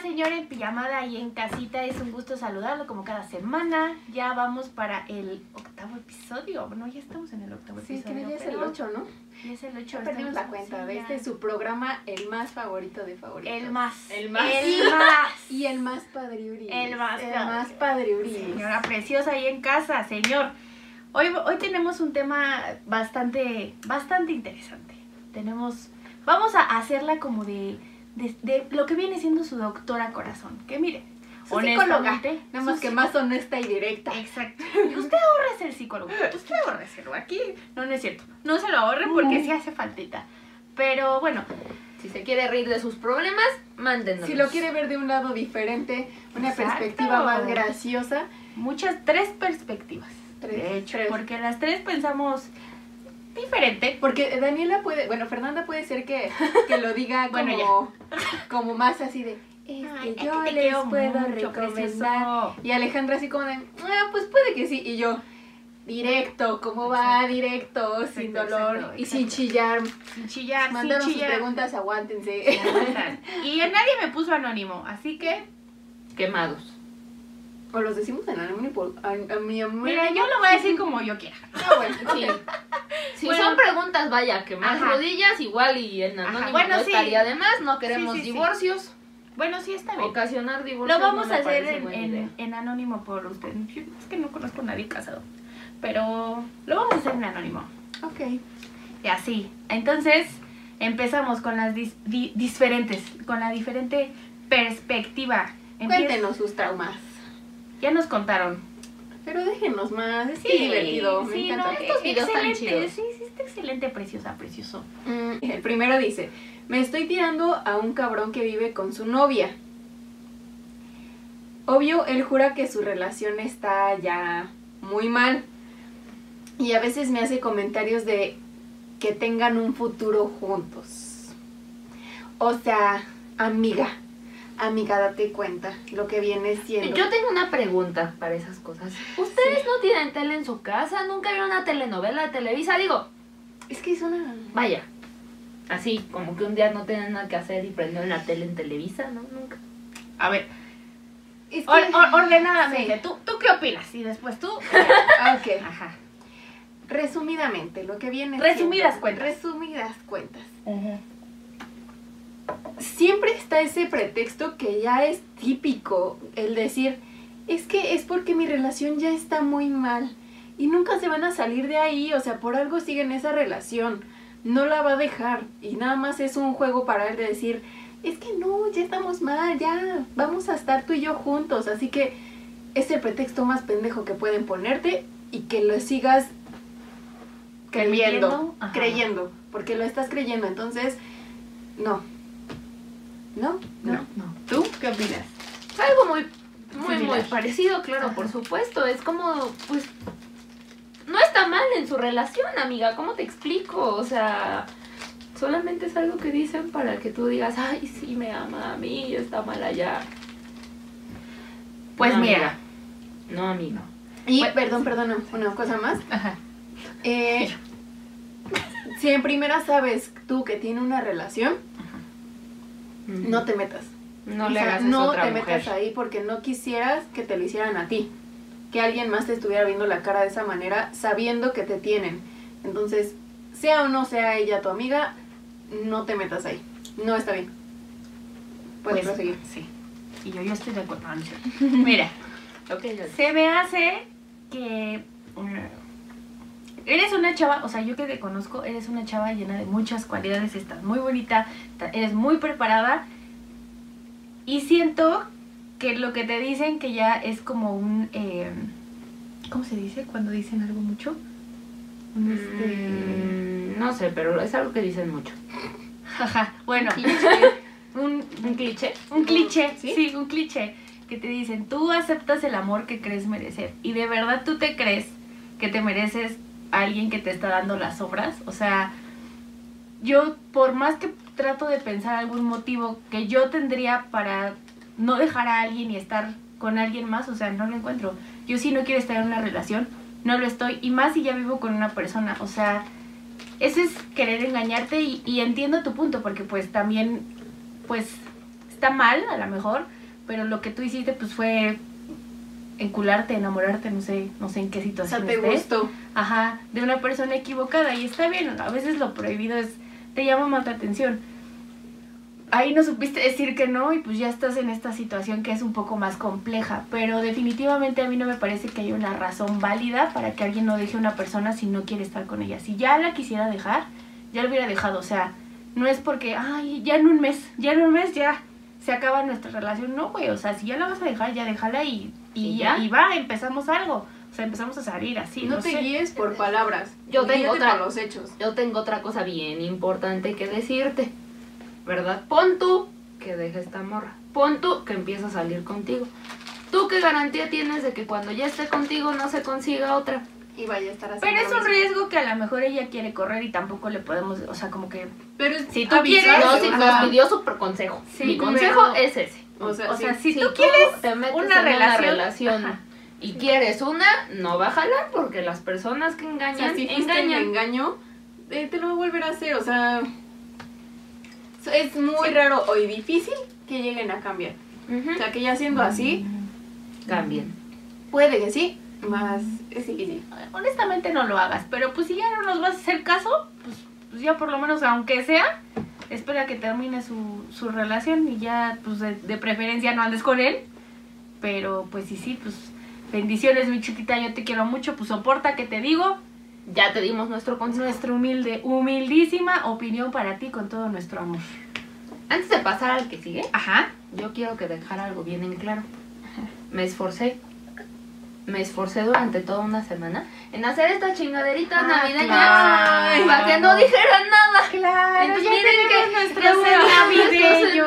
señor en pijamada y en casita, es un gusto saludarlo como cada semana. Ya vamos para el octavo episodio. Bueno, ya estamos en el octavo Sí, episodio. creo que es el pero 8, ¿no? ya es el ocho, Ya perdimos estamos- la cuenta. sí, de ya. Este es su programa, el más favorito de favoritos. El más. El más. El más. Y el más padre Uribe. El más El padre. más padre Uribe. Señora preciosa ahí en casa, señor. Hoy, hoy tenemos un tema bastante, bastante interesante. Tenemos, vamos a hacerla como de, de, de lo que viene siendo su doctora corazón. Que mire, Su psicóloga. honestamente, Nada más su que más honesta y directa. Exacto. Usted ahorre el psicólogo. Usted ahorre el aquí. No, no es cierto. No se lo ahorre porque sí hace faltita. Pero bueno, Si se quiere reír de sus problemas, mándenos. Si lo quiere ver de un lado diferente, una Exacto. perspectiva más graciosa, muchas tres perspectivas. Tres, de hecho, tres. porque las tres pensamos diferente. porque Daniela puede, bueno, Fernanda puede ser que, que lo diga como, Bueno, como más así de, es Ay, que es yo que te les quiero puedo mucho, pues, recomendar. precioso. Y Alejandra así como de, "Ah, pues puede que sí, y yo, directo, ¿cómo va? Directo, sin Exacto, dolor exacto, y sin exacto. chillar. Sin chillar, sin Mandaron sus chillar. preguntas, aguántense. Y nadie me puso anónimo, así que Quemados. O los decimos en anónimo. por- an- a mi amor. mira, yo lo voy a decir como yo quiera. Ah, bueno, Sí. ok. Si Bueno. son preguntas, vaya, quemadas Ajá. rodillas, igual y en anónimo Bueno, no sí. estaría además, no queremos Sí, sí, sí. divorcios. Bueno, sí está bien. Ocasionar divorcios. Lo vamos no me a hacer parece en, buena en- idea. en anónimo por usted. Yo Es que no conozco a nadie casado. Pero lo vamos a hacer en anónimo. Ok. Y así. Entonces, empezamos con las dis- di- diferentes, con la diferente perspectiva. Empie- Cuéntenos sus traumas. Ya nos contaron. Pero déjenos más, es que es divertido, me sí, encanta. no, Estos videos están excelente, chidos. Sí, sí, está excelente, preciosa, precioso. Mm, El primero dice, me estoy tirando a un cabrón que vive con su novia. Obvio, él jura que su relación está ya muy mal. Y a veces me hace comentarios de que tengan un futuro juntos. O sea, amiga, amiga, date cuenta lo que viene siendo. Yo tengo una pregunta para esas cosas. ¿Ustedes no tienen tele en su casa? ¿Nunca vieron una telenovela de Televisa? Digo, es que es una... vaya. Así, como que un día no tienen nada que hacer y prendieron la tele en Televisa, ¿no? Nunca. A ver, es que- or- or- ordenadamente, Sí. Ah, ¿tú, ¿tú qué opinas? Y después tú. Ok. Ajá. Resumidamente, lo que viene. Resumidas siendo- cuentas. Resumidas cuentas. Siempre está ese pretexto que ya es típico, el decir, es que es porque mi relación ya está muy mal y nunca se van a salir de ahí, o sea, por algo siguen esa relación, no la va a dejar y nada más es un juego para él de decir, es que no, ya estamos mal, ya vamos a estar tú y yo juntos, así que es el pretexto más pendejo que pueden ponerte y que lo sigas creyendo Creyendo, ajá. creyendo, porque lo estás creyendo, entonces, no. No, no. no. ¿Tú qué opinas? Algo muy, muy, muy Similar. parecido, claro, Ajá. por supuesto. Es como, pues, no está mal en su relación, amiga. ¿Cómo te explico? O sea, solamente es algo que dicen para que tú digas, ay, sí, me ama a mí, y está mal allá. Pues No, mira. amiga. No, amigo. Y, Bueno, perdón, perdón, una cosa más. Ajá. Eh, si en primera sabes tú que tiene una relación, Mm. no te metas. no O le sea, hagas eso a no otra te mujer. metas ahí porque no quisieras que te lo hicieran a ti. Que alguien más te estuviera viendo la cara de esa manera sabiendo que te tienen. Entonces, sea o no sea ella tu amiga, no te metas ahí. No está bien. Puedes Pues, proseguir. Sí. Y yo, yo estoy de acuerdo. No, no es cierto. Mira, Ok, ya. se me hace que. mm, Eres una chava, o sea, yo que te conozco, eres una chava llena de muchas cualidades, estás muy bonita, ta- eres muy preparada y siento que lo que te dicen que ya es como un, eh, ¿cómo se dice? Cuando dicen algo mucho, un este, Mm, no sé, pero es algo que dicen mucho. jaja, bueno, un ¿Un cliché? Un cliché, ¿Sí? ¿Sí? un cliché. Que te dicen, tú aceptas el amor que crees merecer. Y de verdad tú te crees que te mereces a alguien que te está dando las obras. O sea, yo por más que trato de pensar algún motivo que yo tendría para no dejar a alguien y estar con alguien más, o sea, no lo encuentro. Yo sí no quiero estar en una relación, no lo estoy. Y más si ya vivo con una persona. O sea, ese es querer engañarte y, y entiendo tu punto, porque pues también, pues está mal a lo mejor, pero lo que tú hiciste pues fue encularte, enamorarte, no sé, no sé en qué O sea, situación te estés. gustó. Ajá, de una persona equivocada y está bien, a veces lo prohibido es, te llama más la atención. Ahí no supiste decir que no y pues ya estás en esta situación que es un poco más compleja, pero definitivamente a mí no me parece que haya una razón válida para que alguien no deje a una persona si no quiere estar con ella. Si ya la quisiera dejar, ya la hubiera dejado, o sea, no es porque, ay, ya en un mes, ya en un mes ya se acaba nuestra relación, no, güey, o sea, si ya la vas a dejar, ya déjala y, y, ¿Y ya? y va, empezamos algo, o sea, empezamos a salir así. no, No, te sé. guíes por palabras. Yo tengo guíate otra. por los hechos. Yo tengo otra cosa bien importante que decirte, ¿verdad? Pon tú que deja esta morra. Pon tú que empieza a salir contigo. ¿Tú qué garantía tienes de que cuando ya esté contigo no se consiga otra? Y vaya a estar así. Pero es un riesgo que a lo mejor ella quiere correr y tampoco le podemos, o sea, como que... Pero es Si tú avisar, quieres, No, Claro, si o nos sea, pidió super consejo. Sí, Mi consejo pero- es ese. O sea, O sea, Pues sí. si, tú quieres... te metes una en relación, relación ajá. y quieres una, no va a jalar porque las personas que O engañan, sea, si fuiste en engañan. engaño, eh, te lo va a volver a hacer. O sea, so- es muy raro o y difícil que lleguen a cambiar. O Ujú. sea, que ya siendo así, Cambien. puede que sí, más es difícil. Honestamente no lo hagas, pero pues si ya no nos vas a hacer caso, pues, pues ya por lo menos, aunque sea, espera que termine su, su relación y ya, pues de, de preferencia no andes con él. Pero pues sí, sí, pues bendiciones mi chiquita, yo te quiero mucho, pues soporta que te digo Ya te dimos nuestro consejo. nuestra humilde, humildísima opinión para ti con todo nuestro amor. Antes de pasar al que sigue, Ajá. yo quiero que dejar algo bien en claro. Me esforcé. Me esforcé durante toda una semana en hacer esta chingaderita Ah, navideña claro. para que no dijeran nada. Claro, Entonces miren que nuestro ya cel navideño,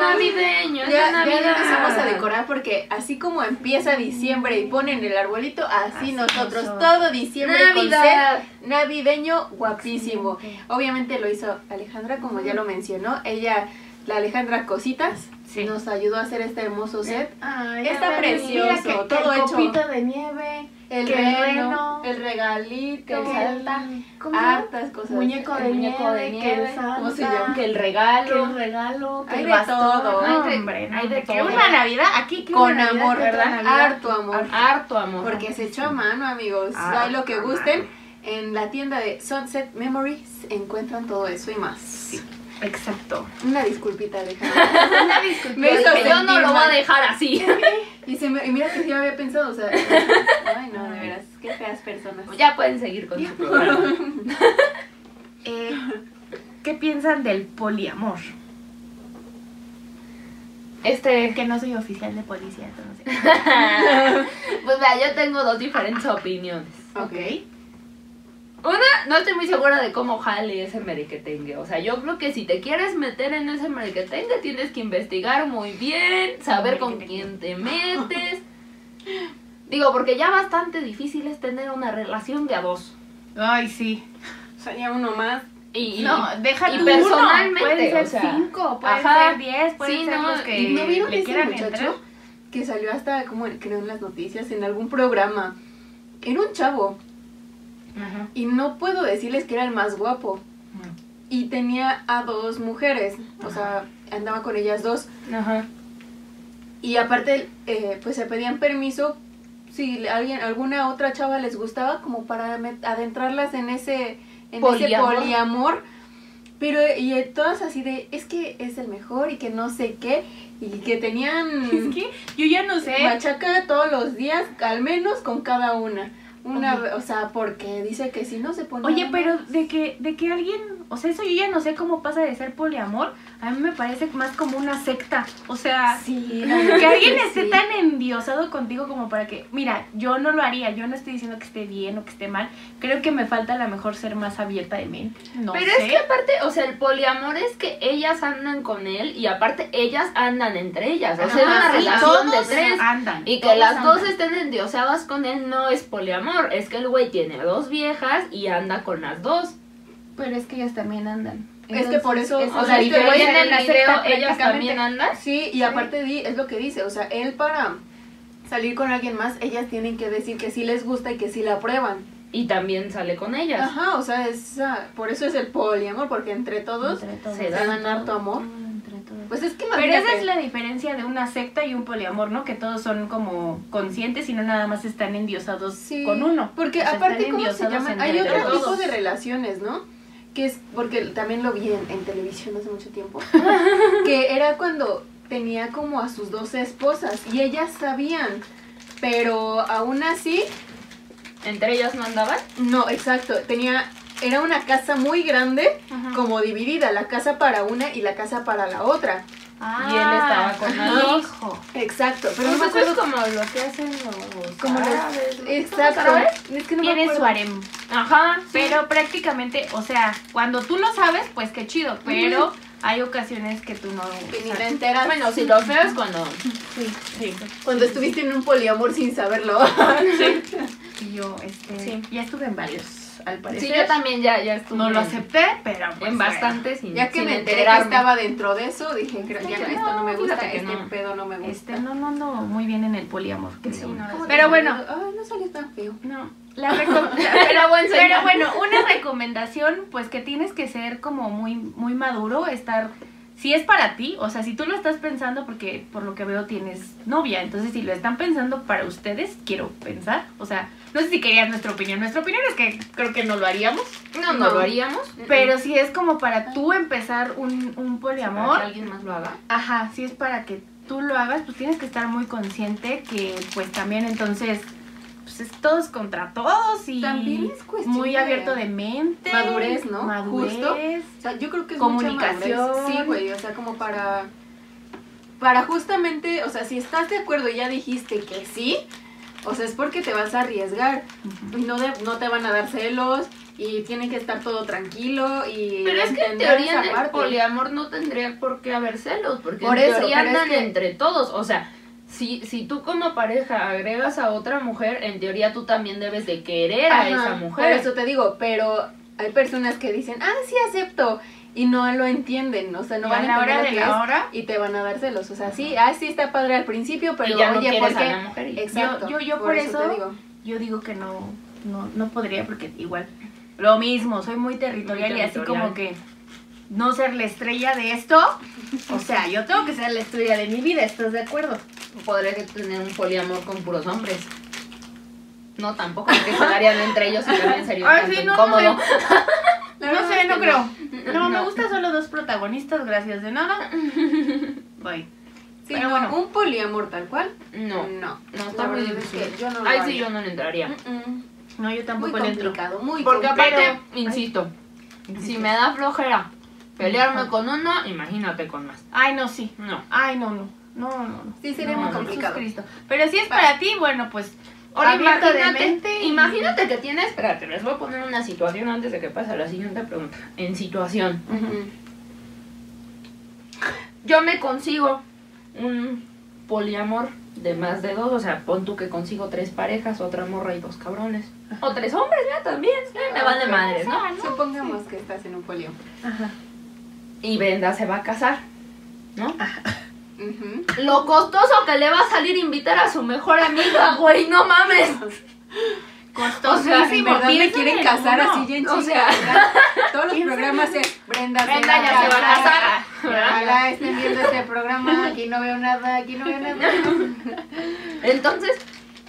navideño. navideño, Ya, es ya Navidad. le empezamos a decorar porque así como empieza diciembre y ponen el arbolito, así, Así nosotros nosotros. todo diciembre con Navidad. ser navideño guapísimo. Sí. Obviamente lo hizo Alejandra, como ya lo mencionó, ella, la Alejandra Cositas, Sí. nos ayudó a hacer este hermoso set. Ay, Está ya, precioso, mira que- que todo el hecho. copito de nieve, El que el reno, reno, el regalito, que el salta, ¿cómo se llama? hartas cosas. muñeco el de muñeco nieve, de que el nieve, ¿cómo se Santa, llama? Que que el el regalo. regalo, que Hay el de bastón. todo. ¿eh? No, Hay de- hombre, no, hay de que todo. una Navidad aquí que Con una Navidad, amor, que otra ¿verdad? Navidad. Harto amor. Harto amor. Porque se echó a mano, amigos. Ah, Hay lo que ah, gusten. En la tienda de Sunset Memories encuentran todo eso y más. Exacto. Una disculpita, Alejandra. Una disculpa. Me hizo Pero- yo no sentir lo voy a mal. dejar así. Y, se me- y mira que sí había pensado, o sea. Ay, no, de veras. Qué feas personas. ya pueden seguir con su programa. eh, ¿Qué piensan del poliamor? Este, Que no soy oficial de policía, entonces. pues vea, yo tengo dos diferentes opiniones. Ok. Una, no estoy muy segura de cómo jale ese merequetengue. O sea, yo creo que si te quieres meter en ese merequetengue, tienes que investigar muy bien, saber con quién te metes. Digo, porque ya bastante difícil es tener una relación de a dos. Ay, sí. O sea, ya uno más. Y, y- No, deja y tú personalmente, uno. Pueden ser o sea, cinco, pueden ajá. ser diez, pueden Sí, ser no, los que ¿Y no vieron le ese quieran muchacho entrar. que salió hasta, como en- creo en las noticias, en algún programa? Era un chavo. Ajá. Y no puedo decirles que era el más guapo. Mm. Y tenía a dos mujeres. O sea, andaba con ellas dos. Ajá. Y aparte, eh, pues se pedían permiso si alguien, alguna otra chava les gustaba, como para met- adentrarlas en ese, en Poliamor. ese poliamor. Pero, y eh, todas así de, es que es el mejor y que no sé qué. Y que tenían Es que yo ya no sé. machaca todos los días, al menos con cada una. Una, Oye. o sea, porque dice que si no se pone. Oye, pero de que, de que alguien, o sea, eso yo ya no sé cómo pasa de ser poliamor, a mí me parece más como una secta, o sea, Sí, la verdad que alguien que esté sí. tan endiosado contigo como para que, mira, yo no lo haría, yo no estoy diciendo que esté bien o que esté mal, creo que me falta a lo mejor ser más abierta de mente, no Pero sé. es que aparte, o sea, el poliamor es que ellas andan con él y aparte ellas andan entre ellas. O sea, es Ajá, una sí, relación de todos tres. andan, Y que todos las dos andan. estén endiosadas con él no es poliamor. Es que el güey tiene a dos viejas y anda con las dos. Pero es que ellas también andan. Es que por eso- Entonces, O O sea, sea, este diferencia güey diferente en era la el video, secta ellas prácticamente. también andan. Sí, y aparte di, es lo que dice, o sea, él para salir con alguien más, ellas tienen que decir que sí les gusta y que sí la aprueban. Y también sale con ellas. Ajá, o sea, es, ah, por eso es el poliamor, porque entre todos Entre todos. se se dan dan harto amor. Entre todos. Pues es que Pero esa imagínate. es la diferencia de una secta y un poliamor, ¿no? Que todos son como conscientes y no nada más están endiosados Sí, con uno. Porque O sea, aparte, están ¿cómo se endiosados llaman? entre Hay otro todos. tipo de relaciones, ¿no? Que es, porque también lo vi en, en televisión hace mucho tiempo, que era cuando tenía como a sus 12 esposas y ellas sabían, pero aún así, Entre ellas no andaban. no, exacto, tenía, era una casa muy grande, Ajá. como dividida, la casa para una y la casa para la otra. Ah, Y él estaba con ajá. las dos. Hijo. Exacto, pero Pero no me acuerdo Pues es como lo que hacen los cómo les- Ah, árabes, ¿no? ¿Son los árabes? Exacto, es que no me Tiene su acuerdo. harem. Ajá, sí. Pero prácticamente, o sea, cuando tú lo sabes, pues qué chido. Pero hay ocasiones que tú no. Que ni o te sea, enteras. Bueno, si lo feo es cuando... sí, sí. Cuando estuviste en un poliamor sin saberlo. Y yo, este, Sí. ya estuve en varios, al parecer. Sí, yo también ya, ya estuve No lo en- acepté, pero pues, En bastante sin Ya que sin me enteré que enterarme. estaba dentro de eso, dije, creo que que ya, no, esto no me gusta, fíjate que este no. pedo no me bueno, gusta. Este, no, no ando muy bien en el poliamor. creo. Sí, no, ¿Cómo pero te bueno, digo? Ay, no salió tan feo. No, la reco- Era pero, buen señal. pero bueno, una recomendación, pues que tienes que ser como muy, muy maduro, estar, si es para ti, o sea, si tú lo estás pensando, porque por lo que veo tienes novia, entonces si lo están pensando para ustedes, quiero pensar, o sea, no sé si querías nuestra opinión, nuestra opinión es que creo que no lo haríamos, No, no, No. lo haríamos. pero si es como para tú empezar un, un Para que poliamor, alguien más lo haga. ajá, si es para que tú lo hagas, pues tienes que estar muy consciente que pues también entonces... Pues es todos contra todos y También es cuestión muy de- abierto de mente. Madurez, ¿no? Pues Madurez. Justo. O sea, yo creo que es Comunicación. mucha madurez. Sí, güey, o sea, como para para justamente, o sea, si estás de acuerdo y ya dijiste que sí, o sea, es porque te vas a arriesgar Ujú. y no de- no te van a dar celos y tiene que estar todo tranquilo y Pero es que en entender teoría esa en el parte. poliamor no tendría por qué haber celos, porque Por en eso, teoría pero es andan que- entre todos. O sea, si, si tú como pareja agregas a otra mujer, en teoría tú también debes de querer a Ajá, esa Por mujer. eso te digo, pero hay personas que dicen, ah, sí acepto, y no lo entienden, o sea, no Y van a a la hora entender lo de que la es, hora, y te van a dar celos, o sea, sí, ah, sí está padre al principio, pero y ya no oye, quieres ¿por a la qué? mujer. y- Exacto. Yo- yo- yo por eso- te digo. yo digo que no, no, no podría porque igual, lo mismo, soy muy territorial, Muy y así territorial. como que no ser la estrella de esto, o sea, yo tengo que ser la estrella de mi vida, ¿estás de acuerdo? Podría que tener un poliamor con puros hombres. No, tampoco, porque se darían entre ellos y también sería un Ay, tanto sí, no, incómodo. no La no verdad sé, es no que creo. No, me No. gustan solo dos protagonistas, gracias de nada. Bye. Sí, Pero no, bueno. un poliamor tal cual, no, no, no, no, está la muy verdad es difícil. que yo no lo Ay, haría. sí, yo no le entraría. Mm-mm. No, yo Muy tampoco le entro. complicado, muy Porque complicado. aparte, insisto, si me da flojera pelearme con uno, imagínate con más. Ay, no, sí. No. Ay, no, no. No, no, no. Sí, sería No, muy Jesús complicado. Cristo. Pero si es para ti, bueno, pues Ahora Abierto de imagínate, mente y- imagínate que tienes, espérate, les voy a poner una situación antes de que pase a la siguiente pregunta. En situación, Ujú. yo me consigo un poliamor de más de dos, o sea, pon tú que consigo tres parejas, otra morra y dos cabrones. O tres hombres, ya también, ya me vale madres, Ah, ¿no? Supongamos que estás en un poliamor. Ajá. Y Brenda se va a casar, ¿no? Ujú. Lo costoso que le va a salir invitar a su mejor amiga, güey, no mames. O sea, en Costosísimo. verdad me Piensen quieren en casar uno. así, en O O sea, sea, todos los programas es Brenda, Brenda ya se va a casar. Ojalá estén viendo este programa. Aquí no veo nada, aquí no veo nada. Entonces,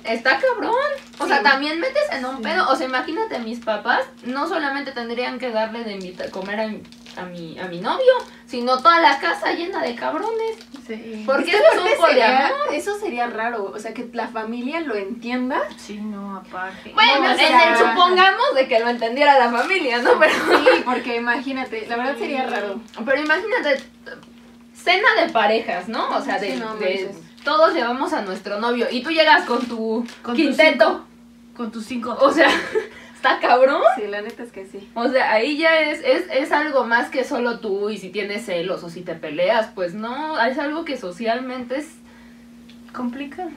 está cabrón. O sea, Sí. también metes en un pedo. O sea, imagínate, mis papás no solamente tendrían que darle de invita- comer a mi, a, mi, a mi novio, sino toda la casa llena de cabrones. Sí. Porque Esta eso es parte un poliamor. sería- Eso sería raro. O sea, que la familia lo entienda. Sí, no, aparte. Bueno, No, o en sea- el supongamos de que lo entendiera la familia, ¿no? Pero, Sí, porque imagínate, la verdad sería raro. pero imagínate, cena de parejas, ¿no? O sea, de, Sí, no de- manches. todos llevamos a nuestro novio y tú llegas con tu Con tus quinteto. Con tus cinco. O sea, está cabrón. Sí, la neta es que sí. O sea, ahí ya es, es, es algo más que solo tú y si tienes celos o si te peleas, pues no, es algo que socialmente es, complica.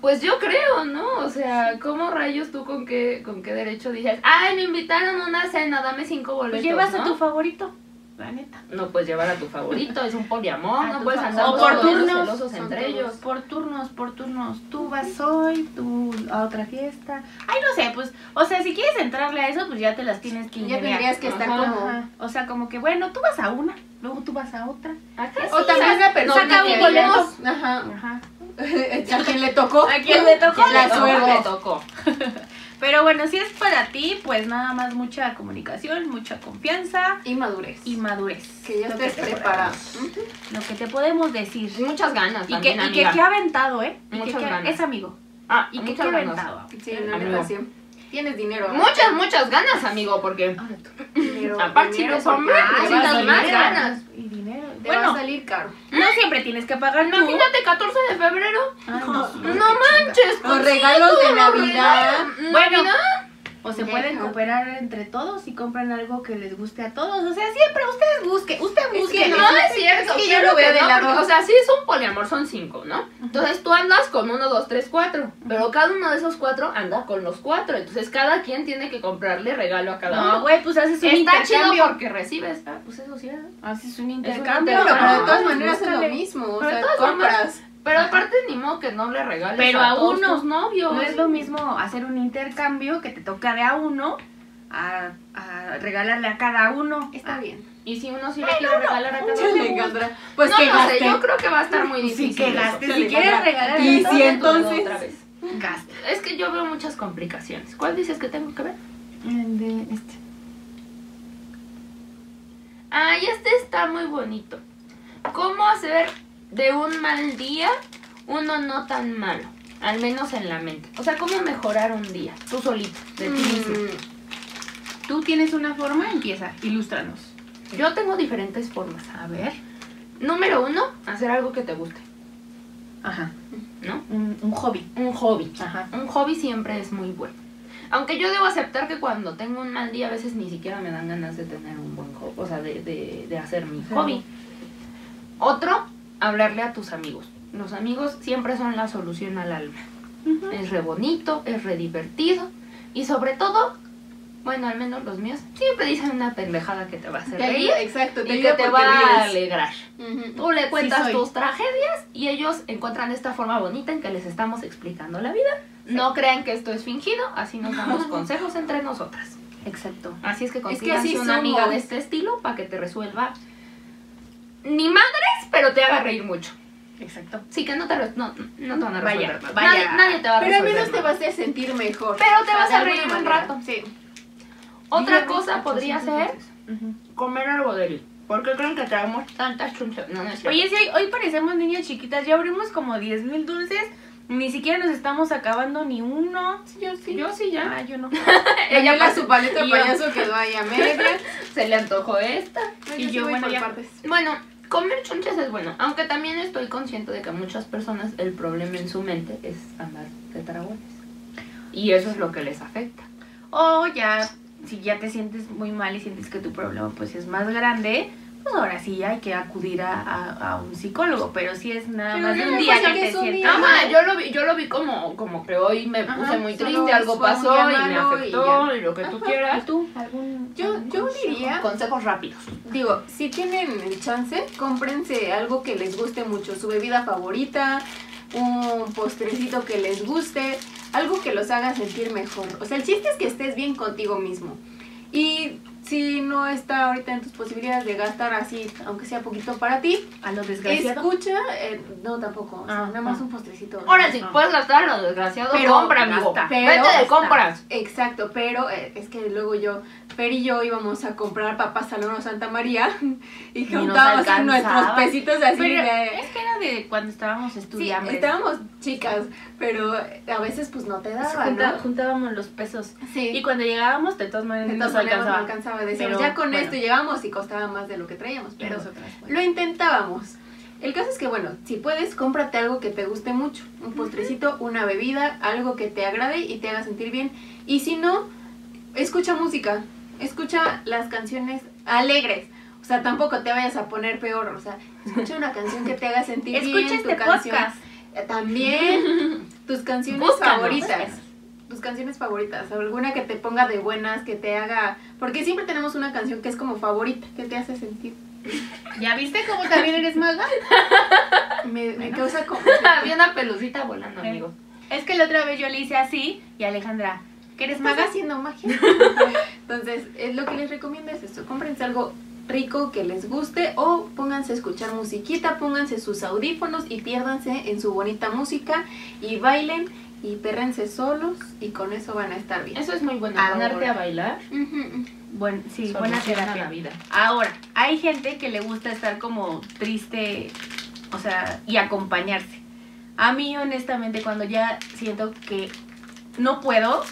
pues yo creo, ¿no? O sea, ¿cómo rayos tú con qué, con qué derecho dices, ay, me invitaron a una cena, dame cinco boletos, Pues llevas ¿no? a tu favorito, la neta. No puedes llevar a tu favorito, es un poliamor, A no tu puedes fa- andar o por todos los turnos, celosos son entre todos. ellos. Por turnos, por turnos. Tú vas hoy, tú a otra fiesta. Ay, no sé, pues, o sea, si quieres entrarle a eso, pues ya te las tienes que Ya ingeniar. tendrías que estar Ajá. como. Ajá. O sea, como que, bueno, tú vas a una, luego tú vas a otra. Acá O sí, también sa- la persona saca que le un boleto. tocó. Ajá. Ajá. A quien le tocó. ¿A quién le tocó? La Le tocó, suerte. le tocó. Pero bueno, si es para ti, pues nada más mucha comunicación, mucha confianza Y madurez. y madurez. que ya Lo estés te podemos- preparada. Lo que te podemos decir. Y Muchas ganas Y que, también, y que, amiga. que ha aventado, ¿eh? Y que- Muchas que- ganas. Es amigo. Ah, Y que, que muchas ha ganas. aventado. Sí, la Amigo. neta, sí. Tienes dinero. ¿no? Muchas, muchas ganas, amigo, porque Ahora tú. Dinero, aparte dinero, no son porque más, te necesitas va a salir más caro. ganas. Y dinero. Te va bueno, a salir caro. no siempre tienes que pagar tú. Imagínate 14 de febrero. Ay, no, sí. No Los manches, pues, regalos sí, de todo lo Navidad. Mm, regalan. Bueno. Navidad. O se Deja. pueden cooperar entre todos y compran algo que les guste a todos. O sea, siempre ustedes busquen. Usted Es busque. que no es cierto. que yo claro lo veo que de no, lado. porque, O sea, sí es un poliamor, son cinco, ¿no? Entonces tú andas con uno, dos, tres, cuatro. Pero cada uno de esos cuatro anda con los cuatro. Entonces cada quien tiene que comprarle regalo a cada No, uno. güey, pues haces un Está chido intercambio. porque recibes. Ah, pues eso sí. ¿verdad? Haces un intercambio. Pero, pero de todas Ah, maneras es búscale. lo mismo. O Pero de sea, todas compras. Pero aparte, ni modo que no le regales Pero a, a todos uno. tus novios. No es lo mismo hacer un intercambio que te toca de a uno a, a regalarle a cada uno. Ah, Está bien. Y si uno sí le quiere regalar a cada Chale, uno. Alejandra. Pues no, que no sé, gaste. yo creo que va a estar muy Sí, difícil. que eso. gaste. Chale, Si quieres Alejandra. regalarle Y a si todos, entonces. Otra vez. Gasta. Es que yo veo muchas complicaciones. ¿Cuál dices que tengo que ver? De este. Ay, este está muy bonito. ¿Cómo hacer de un mal día uno no tan malo? Al menos en la mente. O sea, ¿cómo mejorar un día? Tú solito, de ti mismo. Mm, Tú tienes una forma, empieza. Ilústranos. Yo tengo diferentes formas. A ver. Número uno, hacer algo que te guste, Ajá. ¿no? Un, un hobby. Un hobby. Ajá. Un hobby siempre es muy bueno. Aunque yo debo aceptar que cuando tengo un mal día a veces ni siquiera me dan ganas de tener un buen hobby, o sea, de, de- de hacer mi Claro. hobby. Otro, hablarle a tus amigos. Los amigos siempre son la solución al alma. Es re bonito, es re divertido y sobre todo, bueno, al menos los míos, siempre dicen una pendejada que te va a hacer Te reír ayuda, exacto, y te que ayuda te porque va a ríes. alegrar. Ujú. Tú le cuentas soy. tus tragedias y ellos encuentran esta forma bonita en que les estamos explicando la vida. No crean que esto es fingido, así nos damos consejos entre nosotras. Exacto. Así es que que consíganse así una amiga somos. de este estilo para que te resuelva ni madres, pero te haga reír mucho. Exacto. Sí que no te, re- no, no te van a Vaya, resolver. nada. vaya. Nadie, nadie te va a Pero al resolver. menos te nada. vas a sentir mejor. Pero te O sea, vas de a alguna reír un manera. rato. Sí. Otra Dígame, cosa podría ser 800 Ujú. comer algo de él. ¿Por qué creen que traemos tantas chunchas? No, no es cierto. Oye, si hoy, hoy parecemos niñas chiquitas, ya abrimos como 10 mil dulces, ni siquiera nos estamos acabando ni uno. yo sí. Yo sí ya. Ah, yo no. Ella Daniela, su paleta y de yo. payaso quedó ahí a media. Se le antojó esta. Y yo, bueno, ya. Bueno, comer chunches es bueno, aunque también estoy consciente de que a muchas personas el problema en su mente es andar de tragones. Y eso es lo que les afecta. O ya, si ya te sientes muy mal y sientes que tu problema pues es más grande, pues ahora sí hay que acudir a, a- a un psicólogo. Pero si es nada Pero más no de me un día pasa que que te es un sientes día. mal, Ajá, Ah, yo lo vi, yo lo vi como, como que hoy me Ajá, puse muy solo triste, algo fue un pasó día y me malo y afectó ya. y, lo que Ajá. tú ¿Y quieras. tú? ¿Algún, Yo, algún yo consejo? diría, Consejos rápidos. digo, si tienen el chance, cómprense algo que les guste mucho, su bebida favorita, un postrecito que les guste, algo que los haga sentir mejor. O sea, el chiste es que estés bien contigo mismo. Y si no está ahorita en tus posibilidades de gastar así, aunque sea poquito para ti, A lo desgraciado. escucha, eh, no tampoco, o sea, Ah, nada más ah. un postrecito. Ahora sí, Ajá. puedes gastar a lo desgraciado. Pero compra, amigo. gasta, pero Vete de gasta. compras. Exacto, pero eh, es que luego yo, Fer y yo íbamos a comprar papas al horno Santa María y nos juntábamos alcanzaba. nuestros pesitos así Pero de... es que era de cuando estábamos Sí, estudiando. estábamos chicas, pero a veces pues no te daba, Junta- ¿no? Juntábamos los pesos. Y Sí, cuando llegábamos, de todas maneras, de nos todas maneras no alcanzaba. alcanzaba. Decíamos, Pero, ya con bueno. esto llegamos y costaba más de lo que traíamos, pero Pero nosotras, bueno. lo intentábamos. El caso es que, bueno, si puedes, cómprate algo que te guste mucho. Un postrecito, una bebida, algo que te agrade y te haga sentir bien. Y si no, escucha música. Escucha las canciones alegres. O sea, tampoco te vayas a poner peor. O sea, escucha una canción que te haga sentir bien. Escucha tu este canción. podcast. Eh, También tus canciones Búscanos. favoritas. Pues Tus canciones favoritas, alguna que te ponga de buenas, que te haga... Porque siempre tenemos una canción que es como favorita, que te hace sentir. ¿Ya viste cómo también eres maga? Me, me causa como... Había una pelucita volando, Sí. amigo. Es que la otra vez yo le hice así y Alejandra, ¿que eres Estás maga? haciendo magia. Entonces, es lo que les recomiendo es esto. Cómprense algo rico que les guste o pónganse a escuchar musiquita, pónganse sus audífonos y piérdanse en su bonita música y bailen y pérrense solos y con eso van a estar bien. Eso es muy bueno. Ahora. Ponerte a bailar. Ujú. Buen, sí, buena soluciona terapia. la vida. Ahora, hay gente que le gusta estar como triste, o sea, y acompañarse. A mí, honestamente, cuando ya siento que no puedo,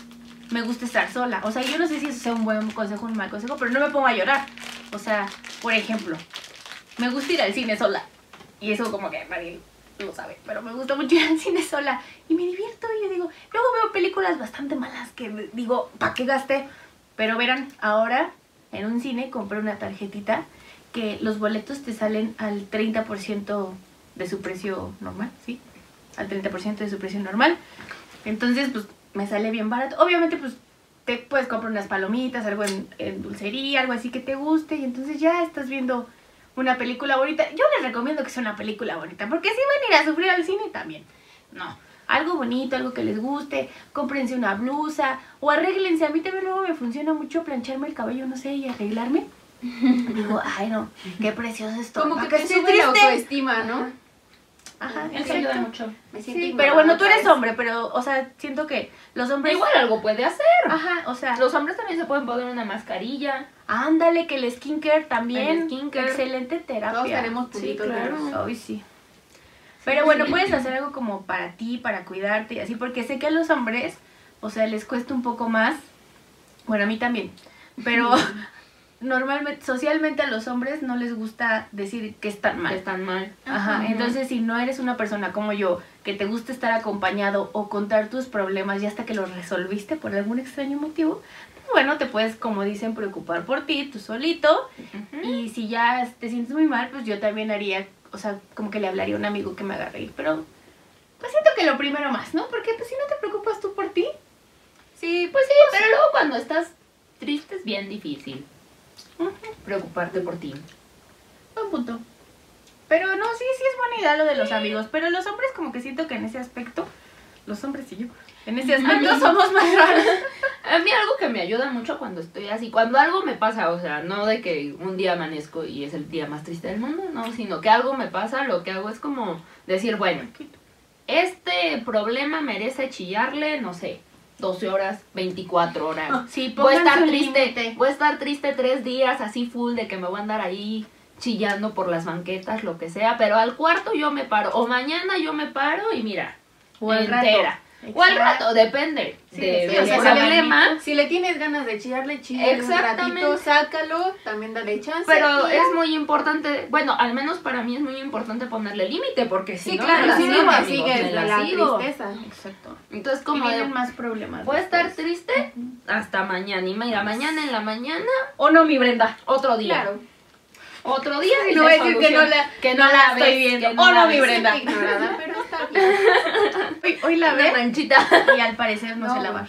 me gusta estar sola. O sea, yo no sé si eso sea un buen consejo o un mal consejo, pero no me pongo a llorar. O sea, por ejemplo, me gusta ir al cine sola. Y eso como que nadie lo sabe, pero me gusta mucho ir al cine sola. Y me divierto y yo digo, luego veo películas bastante malas que digo, ¿para qué gasté? Pero verán, ahora en un cine compré una tarjetita que los boletos te salen al 30% de su precio normal, ¿sí? Al 30% de su precio normal. Entonces, pues me sale bien barato. Obviamente, pues te puedes comprar unas palomitas, algo en, en dulcería, algo así que te guste. Y entonces ya estás viendo una película bonita. Yo les recomiendo que sea una película bonita, porque si van a ir a sufrir al cine también. No. Algo bonito, algo que les guste, cómprense una blusa o arréglense. A mí también luego me funciona mucho plancharme el cabello, no sé, y arreglarme. Digo, ay no, qué precioso esto. Como ¿no? que te estoy sube la autoestima, ¿no? Ajá, Eso ayuda exacto. mucho. Me siento Sí, ignorada pero bueno, tú otra eres vez. hombre, pero, o sea, siento que los hombres... Igual algo puede hacer. Ajá, o sea, Los hombres también se pueden poner una mascarilla. ándale, que el skincare también. El skincare. Excelente terapia. Todos tenemos Sí, puntitos claro. negros. Ay, sí. Pero bueno, puedes hacer algo como para ti, para cuidarte y así, porque sé que a los hombres, o sea, les cuesta un poco más. Bueno, a mí también. Pero normalmente, socialmente a los hombres no les gusta decir que están que mal. Están mal. Ajá, Ajá. entonces si no eres una persona como yo, que te gusta estar acompañado o contar tus problemas ya hasta que los resolviste por algún extraño motivo, pues, bueno, te puedes, como dicen, preocupar por ti, tú solito. Ujú. Y si ya te sientes muy mal, pues yo también haría, o sea, como que le hablaría a un amigo que me haga reír, pero pues siento que lo primero más, ¿no? Porque pues si no te preocupas tú por ti, Sí, pues sí, pero luego cuando estás triste es bien difícil ujú, preocuparte por ti. buen punto. Pero no, sí, sí es buena idea lo de los amigos, pero los hombres como que siento que en ese aspecto, los hombres y yo, en ese aspecto Amigos. somos más raros. A mí algo que me ayuda mucho cuando estoy así, cuando algo me pasa, o sea, no de que un día amanezco y es el día más triste del mundo, no, sino que algo me pasa, lo que hago es como decir, bueno, este problema merece chillarle, no sé, 12 horas, 24 horas. Sí, Voy a estar pónganse un triste, límite. voy a estar triste tres días así full de que me voy a andar ahí chillando por las banquetas, lo que sea, pero al cuarto yo me paro, o mañana yo me paro y mira, O al rato. entera. O al Exacto. rato, depende Sí, de- sí, del o sea, se le- problema. Si le tienes ganas de chillarle, chillale un ¿Ah? Exactamente. ratito, sácalo, también dale chance. Pero y- es muy importante, bueno, al menos para mí es muy importante ponerle límite, porque si Sí, no, claro, me la si sigo, no me amigos, sigues me de la la sigo. tristeza. Exacto. Entonces, Y como vienen de, más problemas. puedo estar después. triste hasta mañana, y mira, mañana en la mañana, O no, mi Brenda. otro día. Claro. Otro día y No se voy a decir que soluciona. no la- que no la estoy ves, viendo. que no Oh, no, la mi ves. Brenda. Brenda. Ignorada, pero está bien. Hoy, hoy la Una ve ranchita. y al parecer no, No. se lavar.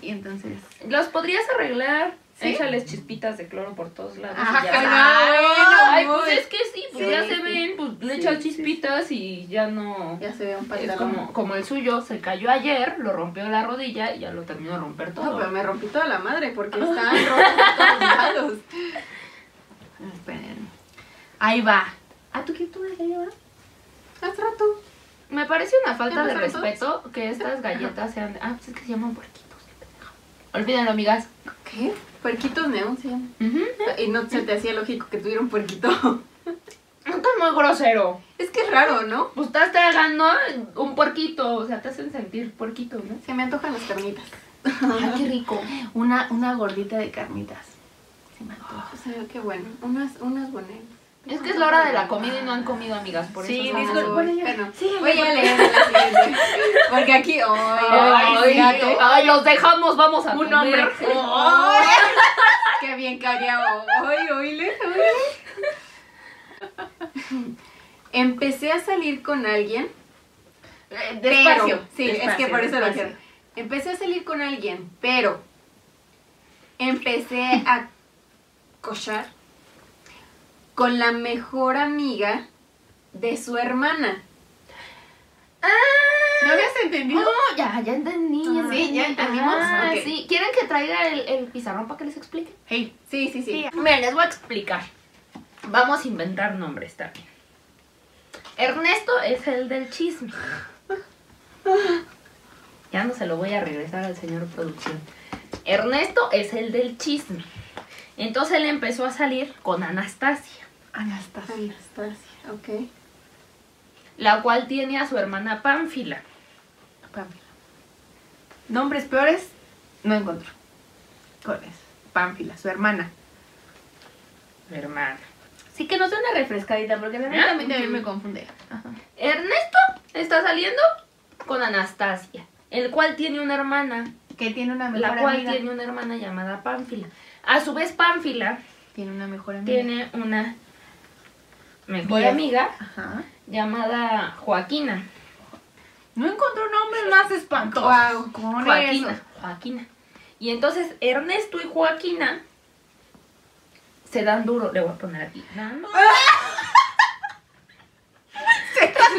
Y entonces. Los podrías arreglar. ¿Sí? Échales chispitas de cloro por todos lados. Ajá, pues, y ya. claro. Ay, muy. pues es que sí, pues Sí, ya se sí. ven, pues le Sí, echas sí, sí. chispitas y ya no. Ya se ve un Es pantalón. como, como el suyo se cayó ayer, lo rompió la rodilla y ya lo terminó de romper No, todo. pero me rompí toda la madre porque estaban rotos por todos lados. este, Esperen. Ahí va. ¿Ah, tú qué tú eres ahí va? Hace rato. Me parece una falta de ¿Qué pasó respeto que estas galletas sean. Ah, pues es que se llaman puerquitos. qué pendejo. Olvídenlo, amigas. ¿Qué? Puerquitos neón se llaman. Y no se te hacía lógico que tuviera un puerquito. Nunca es muy grosero. Es que es raro, ¿no? Pues estás tragando un puerquito, o sea, te hacen sentir puerquito, ¿no? Se me antojan las carnitas. Ay, qué rico. Una, una gordita de carnitas. Se me antoja. O sea, qué bueno. Unas, unas buenas. Es que es la hora de la comida y no han comido, amigas, por Sí, eso. son disculpa. las- bueno, ya. Bueno, Sí, ya, voy ya. a leer la siguiente. Porque aquí, hoy, Ay, sí, fíjate, ay, los dejamos, vamos a Un comer. hombre. Ay, qué bien callado. Ay, oíle, oíle. Empecé a salir con alguien, Eh, pero Despacio. sí, es que despacio, por eso lo despacio. quiero. Empecé a salir con alguien, pero empecé a cochar con la mejor amiga de su hermana. ¿No habías entendido? No, ya, ya entendí. Ah, entendí. sí, ya entendimos. Ah, Ok. sí. ¿Quieren que traiga el, el pizarrón para que les explique? Hey, Sí, sí, sí. Miren, les voy a explicar. Vamos a inventar nombres también. Ernesto es el del chisme. Ya no se lo voy a regresar al señor producción. Ernesto es el del chisme. Entonces él empezó a salir con Anastasia, Anastasia. Anastasia, ok. la cual tiene a su hermana Pánfila. Pánfila. Nombres peores no encuentro. ¿Cuál es? Pánfila, su hermana. Mi hermana. Sí que nos da una refrescadita porque la Ah, A neta mí también me confunde. Ernesto está saliendo con Anastasia, el cual tiene una hermana, Que tiene una mejor la cual amiga. tiene una hermana llamada Pánfila. A su vez Pánfila Tiene una mejor amiga. tiene una mejor Bien. amiga Ajá. llamada Joaquina. No encontró nombres más espantosos. Guau, con Joaquina, eso. Joaquina. Y entonces Ernesto y Joaquina se dan duro. Le voy a poner aquí. Dan duro.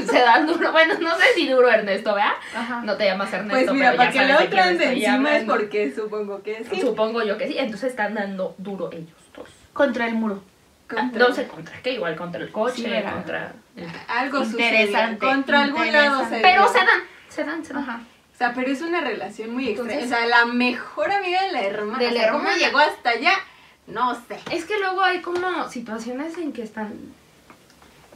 se dan duro. Bueno, no sé si duro Ernesto, ¿verdad? Ajá. No te llamas Ernesto. Pues mira, pero ya para que sabes lo de quién otra estoy encima es hablando. porque supongo que sí. Supongo yo que sí. Entonces están dando duro ellos dos. Contra el muro. Contra- Ah, No sé contra qué, igual contra el coche, Sí, ¿verdad? contra. el- Algo Interesante, sucedió. Contra algún lado interesante. se Pero dio. se dan, se dan, se dan. Ajá. O sea, pero es una relación muy extraña. O Entonces- sea, la mejor amiga de la hermana. De la O sea, ¿Cómo hermana. llegó hasta allá? No sé. Es que luego hay como situaciones en que están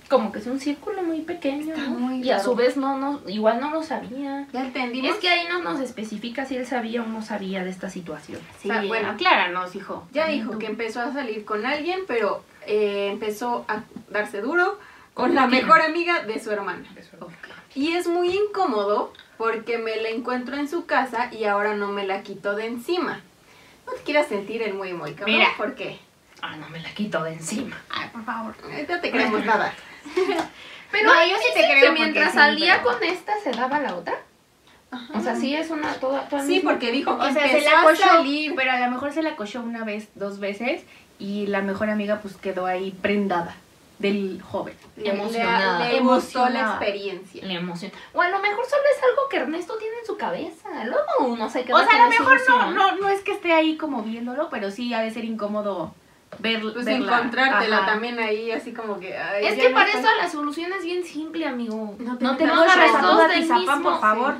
como que es un círculo muy pequeño, Está ¿no? muy y a raro. su vez no, no, igual no lo sabía. Ya entendimos. Es que ahí no nos especifica si él sabía o no sabía de esta situación. Sí, Ah, bueno. acláranos, hijo. Ya También dijo tú. que empezó a salir con alguien, pero eh, empezó a darse duro con la Joaquina. mejor amiga de su hermana. Oh, Y es muy incómodo porque me la encuentro en su casa y ahora no me la quito de encima. No te quieras sentir el muy muy cabrón, Mira. porque Ah, no me la quito de encima. Ay, por favor. ahorita te creemos nada. Pero No, yo sí dicen te creo que porque mientras sí, salía pero- con esta se daba la otra. O sea, sí es una toda, toda Sí, misma. porque dijo que O sea, se empezó la a cochó, salir. pero a lo mejor se la cochó una vez, dos veces, y la mejor amiga pues quedó ahí prendada del joven. Le- Emocionada. Le, le gustó la Emocionada. experiencia. le emociona. O a lo mejor solo es algo que Ernesto tiene en su cabeza. Luego no sé qué. O sea, a lo mejor no, no, no es que esté ahí como viéndolo, pero sí ha de ser incómodo ver, Pues verla. encontrártela Ajá. también ahí, así como que. ay, Es ya que no para está- eso la solución es bien simple, amigo. No te No te metas no pongas las a dos dos del del Tizapán, mismo, por favor.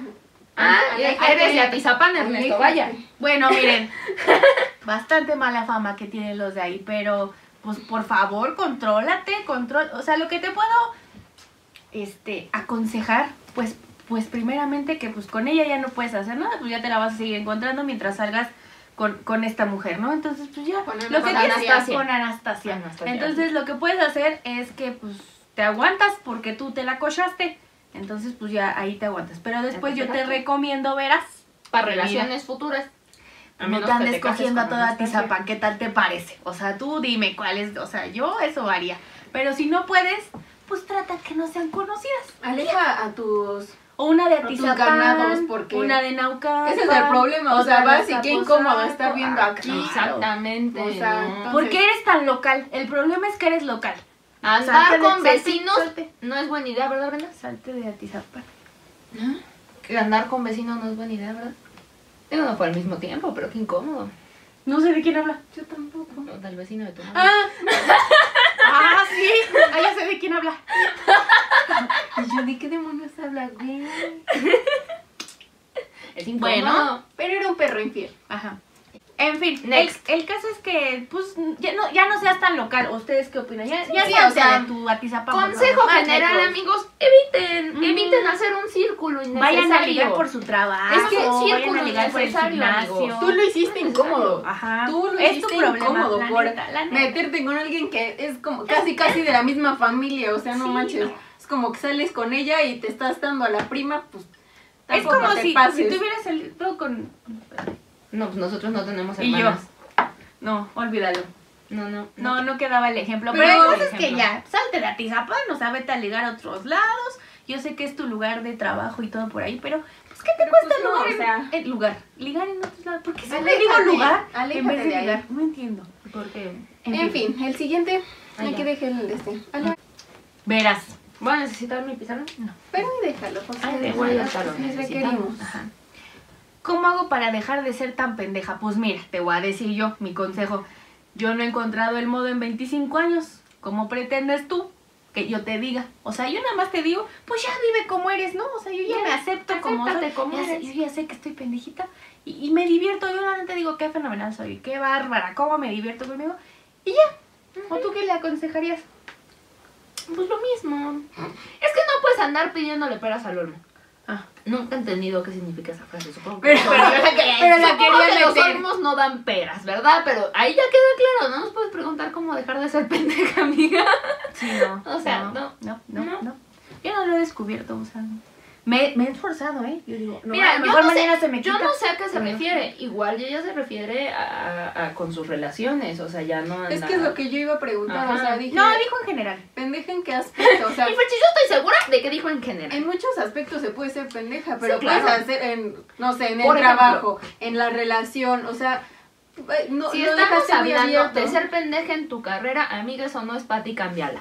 Ah, Aléjate. eres de Atizapán, Ernesto, Aléjate. vaya. Bueno, miren, bastante mala fama que tienen los de ahí, pero pues por favor, contrólate, control, o sea, lo que te puedo este aconsejar, pues pues primeramente que pues con ella ya no puedes hacer nada, pues ya te la vas a seguir encontrando mientras salgas con, con esta mujer, ¿no? Entonces, pues ya Con lo que tienes Anastasia. con Anastasia. Anastasia. Entonces, lo que puedes hacer es que pues te aguantas porque tú te la cochaste. Entonces, pues ya ahí te aguantas. Pero después yo te Exacto. recomiendo, verás, Para Mira. relaciones futuras. A no menos te andes que cases cogiendo a con toda Anastasia. Tizapán, ¿qué tal te parece? O sea, tú dime cuál es, o sea, yo eso varía. Pero si no puedes, pues trata que no sean conocidas. Aleja a tus. O una de tus Atizapán, ganados, porque una de Naucalpan. Ese es el problema, o otra sea, de vas y qué incómodo Azcapotzalco. estar viendo Ah, aquí. claro. Exactamente. O sea, no. entonces- ¿Por qué eres tan local? El problema es que eres local. Andar Salte de- con salte, vecinos salte. no es buena idea, ¿verdad, Brenda? Salte de Atizapán. Que andar con vecinos no es buena idea, ¿verdad? Digo, no fue al mismo tiempo, pero qué incómodo. No sé de quién habla. Yo tampoco. No, Del vecino de tu mamá. Ah, Ah, sí. Ah, ya sé de quién habla. y yo de qué demonios habla, güey. es incómodo. bueno. Pero era un perro infiel. Ajá. En fin, el, Next. el caso es que, pues, ya no, ya no seas tan local. ¿Ustedes qué opinan? Ya, ya Sí, salte o sea, de tu Atizapán. por Consejo favor. Ah, general, Bye, amigos, eviten, Ujú. eviten hacer un círculo innecesario. Vayan a ligar por su trabajo. Es que sí, vayan a círculo ligar por el innecesario, gimnasio. amigos. Tú lo hiciste incómodo. Ajá. Tú lo Ah, es tu hiciste problema, incómodo la por neta, la neta. meterte con alguien que es como casi casi de la misma familia, o sea, no Sí. manches. Es como que sales con ella y te estás dando a la prima, pues Es tampoco como te si, pases. si tuvieras salido con. No, pues nosotros no tenemos Y yo. hermanas. No, olvídalo. No, no. No, no quedaba el ejemplo. Pero Pero, el por caso es que ejemplo. ya, salte de Atizapán, o sea, vete a ligar a otros lados. Yo sé que es tu lugar de trabajo y todo por ahí, pero pues ¿qué te Pero, cuesta pues, no, lugar, o en- sea. en lugar? Ligar en otros lados. ¿Por qué siempre Aléjate, digo lugar en aléjate vez de de ahí. ligar? No entiendo. Porque. En fin, el siguiente, Ah, hay ya. que dejar el este. Ah, no, Verás. ¿Voy a necesitar mi pizarra? Pero déjalo, por Ay, favor. de Igual ya hasta lo Les necesitamos. requerimos. Ajá. ¿Cómo hago para dejar de ser tan pendeja? Pues mira, te voy a decir yo mi consejo. Yo no he encontrado el modo en 25 años. ¿Cómo pretendes tú que yo te diga? O sea, yo nada más te digo, pues ya vive como eres, ¿no? O sea, yo ya Ya, me acepto como soy. acéptate como Ya sé- eres. yo ya sé que estoy pendejita y, y me divierto. Yo realmente digo, qué fenomenal soy, qué bárbara, cómo me divierto conmigo. Y ya. ¿O tú qué le aconsejarías? Pues lo mismo. Es que no puedes andar pidiéndole peras al olmo. Ah. Nunca he entendido qué significa esa frase, supongo que Pero- Supongo pero la que- pero la supongo quería que los meter. olmos no dan peras, ¿verdad? Pero ahí ya queda claro, no nos puedes preguntar cómo dejar de ser pendeja, amiga. Sí, no. O sea, no. No, no, no. No. Yo no lo he descubierto, o sea. Me, me he esforzado, ¿eh? Yo digo, no, Mira, a lo yo mejor no sé- mañana se me Yo quita. no sé a qué se Pero- refiere. Igual ella se refiere a, a- a con sus relaciones, o sea, ya no anda... Es que es lo que yo iba a preguntar, Ajá. o sea, dije, No, dijo en general. pendeja en qué aspecto, o sea, Y Ferchi, yo estoy segura de que dijo en general. Em, en muchos aspectos se puede ser pendeja, pero Sí, claro. puedes hacer en, no sé, en el Por ejemplo. trabajo, en la relación, o sea, eh, no, si lo estamos dejaste muy hablando abierto. de ser pendeja en tu carrera, amiga, eso no es para ti, cambiala.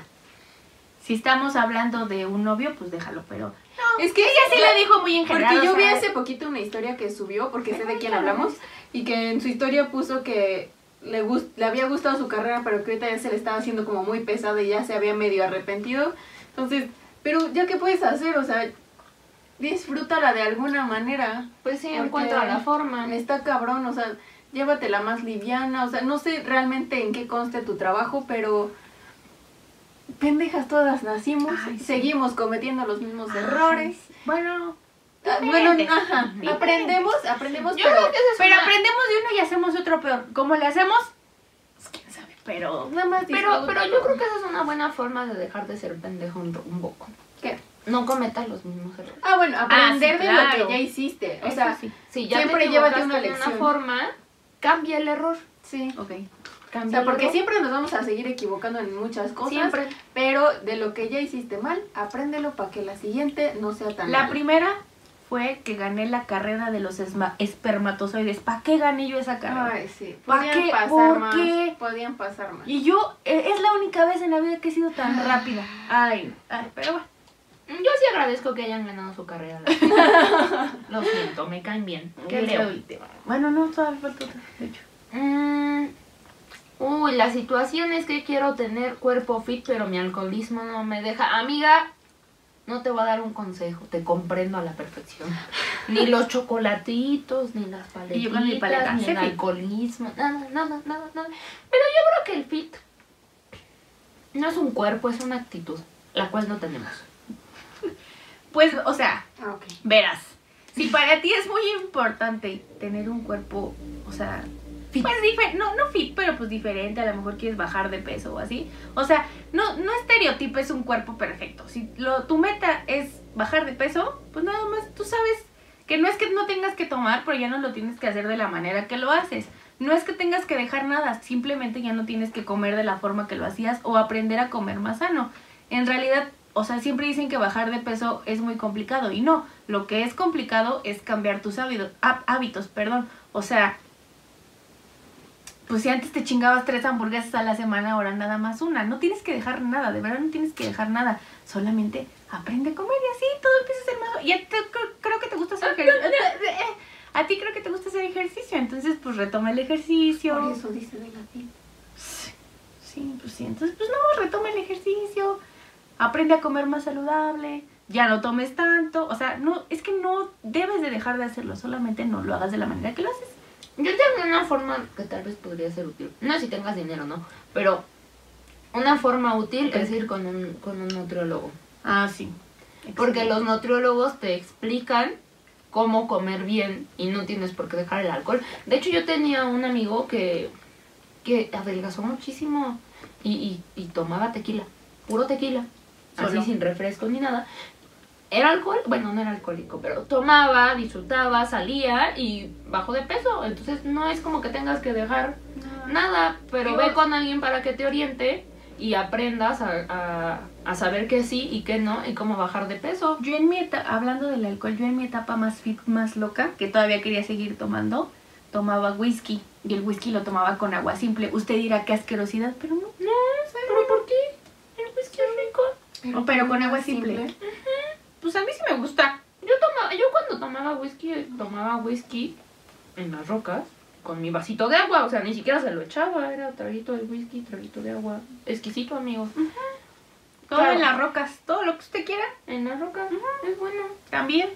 Si estamos hablando de un novio, pues déjalo, pero. Es que Ella sí lo dijo muy en general. Porque yo o vi sea, hace poquito una historia que subió, porque sé de quién hablamos, y que en su historia puso que le, gus- le había gustado su carrera, pero que ahorita ya se le estaba haciendo como muy pesada y ya se había medio arrepentido. Entonces, pero ya qué puedes hacer, o sea, disfrútala de alguna manera. Pues sí, Porque- encuentra la forma. Está cabrón, o sea, llévatela más liviana, o sea, no sé realmente en qué conste tu trabajo, pero pendejas todas nacimos, Ay, sí. seguimos cometiendo los mismos ah, ay, errores. Bueno, Ah, Bueno, Diferentes. ajá, Diferentes. aprendemos, aprendemos, Yo pero creo que esa pero es Pues una- aprendemos de uno y hacemos otro peor. ¿Cómo le hacemos? Pues quién sabe, pero. nada más Pero, pero yo creo que esa es una buena forma de dejar de ser pendejo un, un poco. ¿Qué? No cometas los mismos errores. Ah, bueno, sí, aprender de claro. lo que ya hiciste, o sea, Eso sí. Si ya Siempre te llévate equivocaste una de lección. una forma, cambia el error. sí. Ok. O Cambia sea, el porque error. siempre nos vamos a seguir equivocando en muchas cosas, Siempre. pero de lo que ya hiciste mal, apréndelo para que la siguiente no sea tan La mala. primera fue que gané la carrera de los esma- espermatozoides. ¿Para qué gané yo esa carrera? Ay, sí. ¿Pa' Podían qué? pasar ¿Por más. qué? Podían pasar más. Y yo, eh, es la única vez en la vida que he sido tan rápida. Ay, no. Ay, pero bueno. Mm, Yo sí agradezco que hayan ganado su carrera. Lo siento, me caen bien. ¿Qué Yo leo? la última. Bueno, no, todavía falta otra, de hecho. Mm, uy, la situación es que quiero tener cuerpo fit, pero mi alcoholismo no me deja. Amiga, no te voy a dar un consejo, te comprendo a la perfección. Ni los chocolatitos, ni las Y paletitas, yo con mi paleta, ni sé el fit. alcoholismo, nada, nada, nada, nada. Pero yo creo que el fit no es un cuerpo, es una actitud, la cual no tenemos. Pues, o sea, Ah, ok. verás. Si para ti es muy importante tener un cuerpo, o sea, Fit. pues dife- no, no fit, pero pues diferente, a lo mejor quieres bajar de peso o así. O sea, no, no estereotipes un cuerpo perfecto. Si lo, tu meta es bajar de peso, pues nada más tú sabes que no es que no tengas que tomar, pero ya no lo tienes que hacer de la manera que lo haces. No es que tengas que dejar nada, simplemente ya no tienes que comer de la forma que lo hacías o aprender a comer más sano. En realidad, o sea, siempre dicen que bajar de peso es muy complicado y no, lo que es complicado es cambiar tus hábitos, hab- hábitos, perdón. O sea, pues si antes te chingabas tres hamburguesas a la semana, ahora nada más una. No tienes que dejar nada, de verdad no tienes que dejar nada. Solamente aprende a comer y así todo empieza a ser más... Y a ti creo- creo que te gusta Ah, hacer ejercicio. A ti creo que te gusta hacer ejercicio, entonces pues retoma el ejercicio. Por eso dice de la tía. Sí, pues sí. Entonces, pues no, retoma el ejercicio, aprende a comer más saludable, ya no tomes tanto. O sea, no, es que no debes de dejar de hacerlo, solamente no lo hagas de la manera que lo haces. Yo tengo una forma que tal vez podría ser útil. No sé si tengas dinero, no. Pero una forma útil es ir con un, con un nutriólogo. Ah, sí. Porque los nutriólogos te explican cómo comer bien y no tienes por qué dejar el alcohol. De hecho, yo tenía un amigo que, que adelgazó muchísimo y, y- y tomaba tequila, puro tequila, Solo. así sin refresco ni nada. Era alcohol, bueno, no era alcohólico, pero tomaba, disfrutaba, salía y bajó de peso. Entonces, no es como que tengas que dejar nada, pero Digo- ve con alguien para que te oriente y aprendas a, a- a saber qué sí y qué no y cómo bajar de peso. Yo en mi etapa, hablando del alcohol, yo en mi etapa más fit, más loca, que todavía quería seguir tomando, tomaba whisky. Y el whisky lo tomaba con agua simple. Usted dirá qué asquerosidad, pero no. No, pero ¿por qué? El whisky es rico. O pero con agua simple. Pues a mí sí me gusta. Yo, tomaba, yo cuando tomaba whisky, tomaba whisky en las rocas con mi vasito de agua, o sea, ni siquiera se lo echaba, era traguito de whisky, traguito de agua. Exquisito, amigos. Todo Claro. en las rocas, todo lo que usted quiera, En la roca, es bueno. también.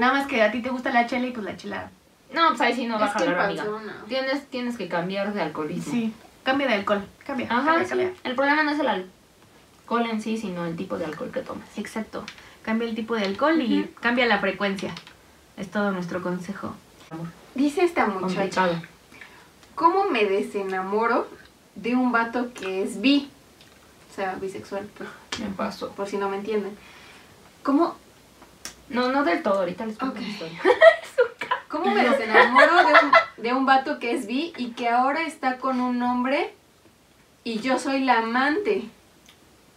Nada más que a ti te gusta la chela y pues la chela. No, pues ahí sí no va a es que jalar, el amiga. panzona. Tienes, tienes que cambiar de alcoholismo. Sí, cambia de alcohol, cambia. Ajá, cambia, sí. cambia. El problema no es el alcohol en sí, sino el tipo de alcohol que tomas. Exacto. Cambia el tipo de alcohol y Ujú. cambia la frecuencia. Es todo nuestro consejo. Dice esta muchacha, Complicado. ¿cómo me desenamoro de un vato que es bi? O sea, bisexual, pues, Me pasó. por si no me entienden. ¿Cómo, No, no del todo, ahorita les cuento Ok. la historia. cómo me desenamoro de un, de un vato que es bi y que ahora está con un hombre y yo soy la amante?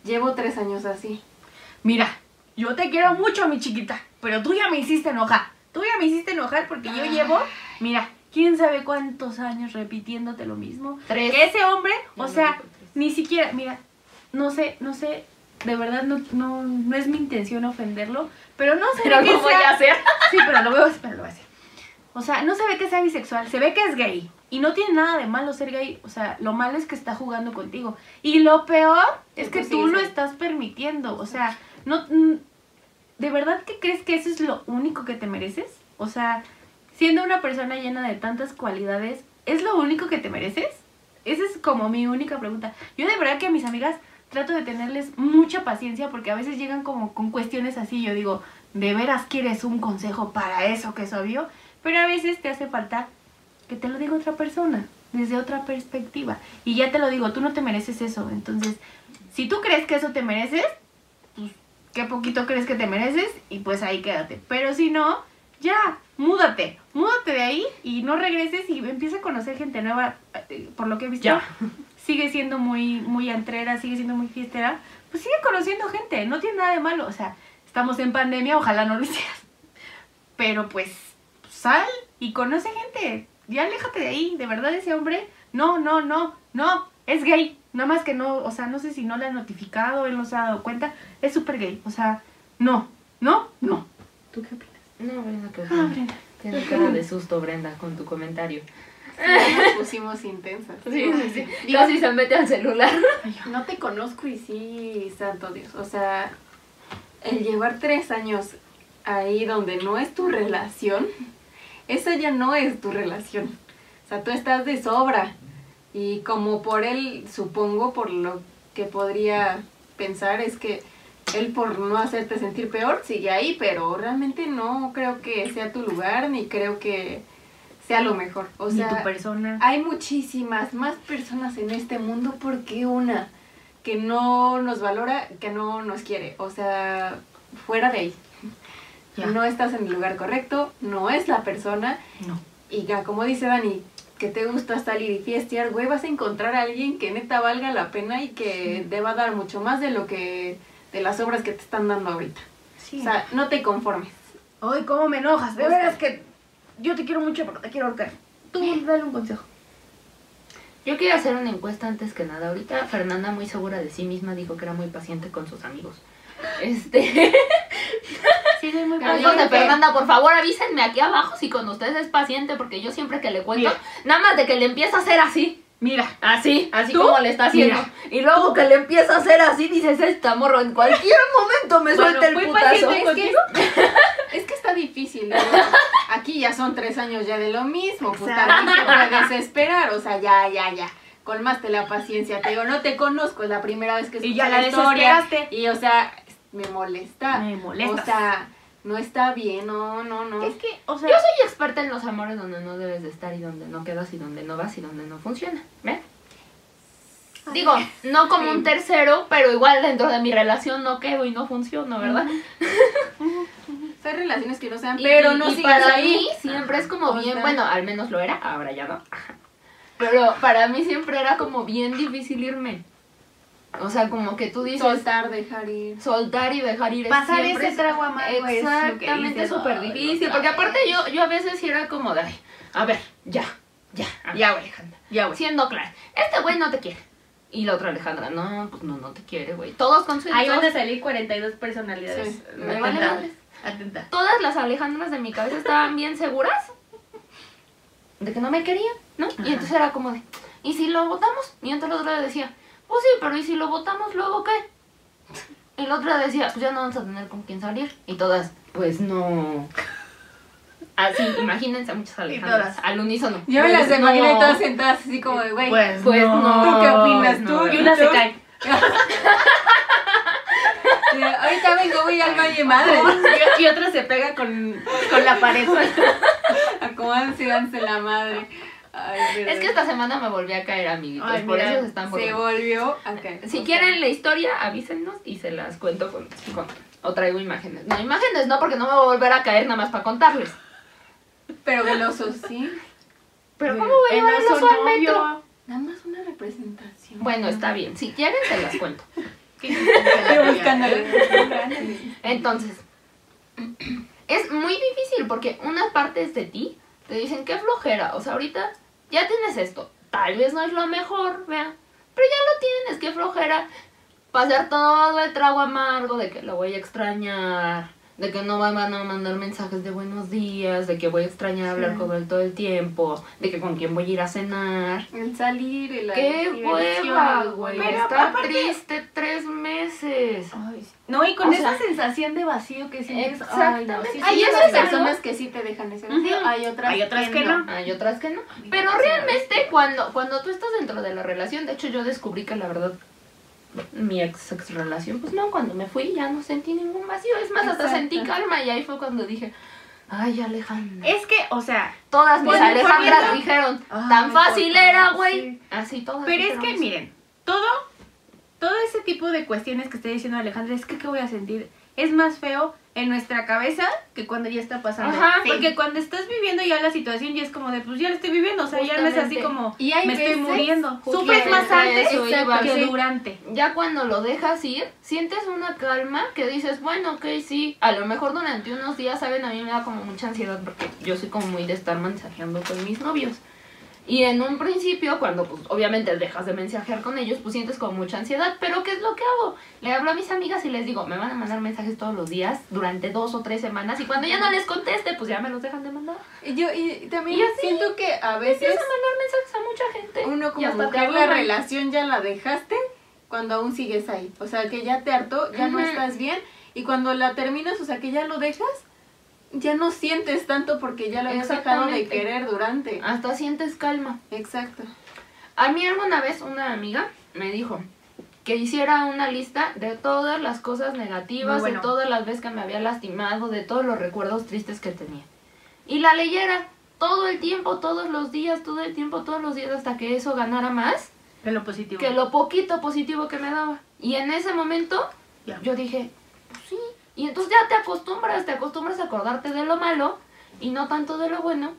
Llevo tres años así. Mira, yo te quiero mucho, mi chiquita, pero tú ya me hiciste enojar. Tú ya me hiciste enojar porque yo llevo, mira, quién sabe cuántos años repitiéndote lo mismo. Tres. Que ese hombre, No, o no sea, dijo tres. ni siquiera, mira, no sé, no sé, de verdad no, no, no es mi intención ofenderlo, pero no se Pero ve que ¿cómo voy sea- a hacer? Sí, pero lo veo, pero lo voy a hacer. O sea, no se ve que sea bisexual, se ve que es gay. Y no tiene nada de malo ser gay. O sea, lo malo es que está jugando contigo. Y lo peor es Sí, que pues, tú sí, lo sí. estás permitiendo. O sea, no. mm, ¿De verdad que crees que eso es lo único que te mereces? O sea, siendo una persona llena de tantas cualidades, ¿es lo único que te mereces? Esa es como mi única pregunta. Yo de verdad que a mis amigas trato de tenerles mucha paciencia porque a veces llegan como con cuestiones así. Yo digo, ¿de veras quieres un consejo para eso que es obvio? Pero a veces te hace falta que te lo diga otra persona, desde otra perspectiva. Y ya te lo digo, tú no te mereces eso. Entonces, si tú crees que eso te mereces, pues, qué poquito crees que te mereces y pues ahí quédate. Pero si no, ya, múdate, múdate de ahí y no regreses y empieza a conocer gente nueva, eh, por lo que he visto Ya. sigue siendo muy, muy antrera, sigue siendo muy fiestera, pues sigue conociendo gente, no tiene nada de malo. O sea, estamos en pandemia, ojalá no lo hicieras. Pero pues, sal y conoce gente. Ya aléjate de ahí, de verdad ese hombre. No, no, no, no, es gay. Nada más que no, o sea, no sé si no le han notificado, él no se ha dado cuenta. Es súper gay, o sea, no, no, no. ¿Tú qué opinas? No, Brenda, que Ah, Brenda. Tienes cara de susto, Brenda, con tu comentario. Sí, nos pusimos intensas. Digo, Casi se mete al celular. No te conozco y sí, santo Dios. O sea, el llevar tres años ahí donde no es tu relación, esa ya no es tu relación. O sea, tú estás de sobra. Y como por él, supongo, por lo que podría pensar, es que él por no hacerte sentir peor sigue ahí, pero realmente no creo que sea tu lugar ni creo que sea lo mejor. O sea, Ni tu persona. hay muchísimas más personas en este mundo porque una que no nos valora, que no nos quiere. O sea, fuera de ahí. Ya. No estás en el lugar correcto, no es la persona. No. Y ya, como dice Dani, que te gusta salir y fiestear, güey, vas a encontrar a alguien que neta valga la pena y que te va a dar mucho más de lo que de las obras que te están dando ahorita. Sí. O sea, no te conformes. Ay, cómo me enojas. De veras que yo te quiero mucho, pero te quiero ahorcar. Tú dale un consejo. Yo quería hacer una encuesta antes que nada. Ahorita Fernanda, muy segura de sí misma, dijo que era muy paciente con sus amigos. Este. Sí, soy muy Ay, Amigos de Fernanda. Fernanda, por favor avísenme aquí abajo si con ustedes es paciente, porque yo siempre que le cuento, Mira. nada más de que le empieza a hacer así, Mira, así, así ¿Tú? como le está haciendo. Mira. Y luego que le empieza a hacer así, dices, esta morro, en cualquier momento me Bueno, pues, suelta el fui putazo. paciente Es que, es que está difícil. ¿no? Aquí ya son tres años ya de lo mismo. Pues Exacto. también te voy a desesperar. O sea, ya, ya, ya. Colmaste la paciencia. Te digo, no te conozco. Es la primera vez que Y escucho ya la desesperaste. Y, o sea, me molesta. Me molestas. O sea, no está bien. No, no, no. es que, o sea, Yo soy experta en los amores donde no debes de estar y donde no quedas y donde no vas y donde no funciona. ¿Ven? Digo, no como un tercero, pero igual dentro de mi relación no quedo y no funciono, ¿verdad? Son relaciones que no sean, Y- pero y- no y sigas para ahí. mí siempre es como O bien, sea, bueno, al menos lo era, ahora ya no. Pero para mí siempre era como bien difícil irme. O sea, como que tú dices Soltar, dejar ir. soltar y dejar ir es pasar siempre ese trago amargo es lo que exactamente dices, súper "Ay, difícil, otra porque aparte vez". yo yo a veces sí era como de, "Ay, a ver, ya, ya, ya, Alejandra. Ya, güey. Siendo clara, este güey no te quiere. Y la otra Alejandra, no, pues no, no te quiere, güey. Todos con su Ahí todos- van a salir 42 personalidades. Sí. Me vale Atenta. madres. Atenta. todas las Alejandras de mi cabeza estaban bien seguras de que no me quería, ¿no? Ajá. Y entonces era como de, ¿y si lo votamos? Y entonces el otro decía, pues sí, pero ¿y si lo votamos luego qué? Y el otro decía, pues ya no vamos a tener con quién salir. Y todas, pues no. Así, imagínense a muchas Alejandras, todas. al unísono. Yo me Pues, las imaginé no. todas sentadas así como de, güey. Pues, Pues no. no. ¿Tú qué opinas? no, ¿Tú? no. Y una se ¿Tú? cae. eh, ahorita vengo, voy al Valle Madre. Y, y otra se pega con, con la pared. Acomodanse y danse la madre. Ay, pero- Es que esta semana me volví a caer, amiguitos. Ay, por mira, eso se están se burlando. volvió a caer. Si O sea, quieren la historia, avísenos y se las cuento con, con- O traigo imágenes. No, imágenes no, porque no me voy a volver a caer nada más para contarles. Pero velosos, ¿sí? Pero ¿cómo voy a llevar el oso al metro? Nada más una representación. Bueno, está bien. Si quieren, se las cuento. Estoy buscando la- Entonces, es muy difícil porque unas partes de ti te dicen qué flojera. O sea, ahorita ya tienes esto. Tal vez no es lo mejor, vea. Pero ya lo tienes, qué flojera. Pasar todo el trago amargo de que lo voy a extrañar. De que no me van a mandar mensajes de buenos días, de que voy a extrañar hablar Sí. con él todo el tiempo, de que con quién voy a ir a cenar. El salir, el ¡Qué diversión, hueva, güey! Pero Está aparte- triste tres meses. No, y con O esa sea, sensación de vacío que sientes. Ay, no, exactamente. sí, Hay sí, Y eso esas es algo- personas que sí te dejan ese vacío, Ujú. hay otras, Hay otras que no. Hay otras que no. Pero realmente cuando, cuando tú estás dentro de la relación, de hecho yo descubrí que la verdad mi ex, ex relación, pues no, cuando me fui ya no sentí ningún vacío, es más, hasta Exacto. sentí calma y ahí fue cuando dije, ay Alejandra. Es que, o sea, Todas mis Pues, Alejandras Eh, volviendo- dijeron, Ay, tan fácil por favor, era, güey. sí. Así todas. Pero es dijeron que eso. miren, todo, todo ese tipo de cuestiones que está diciendo Alejandra, es que qué voy a sentir. Es más feo en nuestra cabeza que cuando ya está pasando. Ajá. Porque cuando estás viviendo ya la situación ya es como de, pues ya la estoy viviendo, o sea, ya no es así Justamente. como Y hay me estoy veces- muriendo. justamente Sufres más antes eso iba, exacto, que sí. durante. ya cuando lo dejas ir, sientes una calma que dices, bueno, ok, sí, a lo mejor durante unos días, saben, a mí me da como mucha ansiedad porque yo soy como muy de estar mensajeando con mis novios. Y en un principio, cuando pues obviamente dejas de mensajear con ellos, pues sientes como mucha ansiedad, pero ¿qué es lo que hago? Le hablo a mis amigas y les digo, me van a mandar mensajes todos los días durante dos o tres semanas y cuando ya no les conteste, pues ya me los dejan de mandar. Y Yo y también Y así, Pues siento que a Empiezo veces a mandar mensajes a mucha gente. Pues uno y como hasta te mujer la abruman. relación ya la dejaste cuando aún sigues ahí. O sea, que ya te hartó, ya no Ujú. estás bien y cuando la terminas, o sea, que ya lo dejas, ya no sientes tanto porque ya lo habías dejado de Exactamente. querer durante. Hasta sientes calma. Exacto. A mí alguna vez una amiga me dijo que hiciera una lista de todas las cosas negativas, Muy bueno. de todas las veces que me había lastimado, de todos los recuerdos tristes que tenía. Y la leyera todo el tiempo, todos los días, todo el tiempo, todos los días, hasta que eso ganara más En lo positivo. que lo poquito positivo que me daba. Y en ese momento Ya. yo dije, pues sí. Y entonces ya te acostumbras, te acostumbras a acordarte de lo malo y no tanto de lo bueno.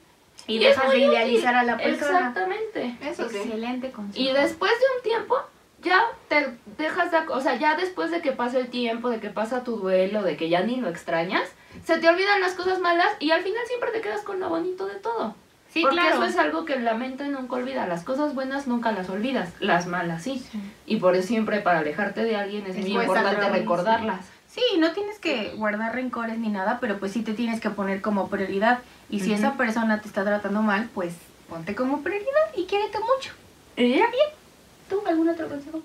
Y Y es dejas muy de útil. idealizar a la persona. Exactamente. Eso sí. Excelente consejo. Y después de un tiempo, ya te dejas de... ac- O sea, ya después de que pasa el tiempo, de que pasa tu duelo, de que ya ni lo extrañas, se te olvidan las cosas malas y al final siempre te quedas con lo bonito de todo. sí, Porque claro. eso es algo que la mente nunca olvida. Las cosas buenas nunca las olvidas, las malas sí. Y por eso siempre para alejarte de alguien es Es muy cuesta importante trabajo, sí. recordarlas. Sí, no tienes que guardar rencores ni nada, pero pues sí te tienes que poner como prioridad. Y si Ujú. esa persona te está tratando mal, pues ponte como prioridad y quiérete mucho. ¿Tú algún otro consejo?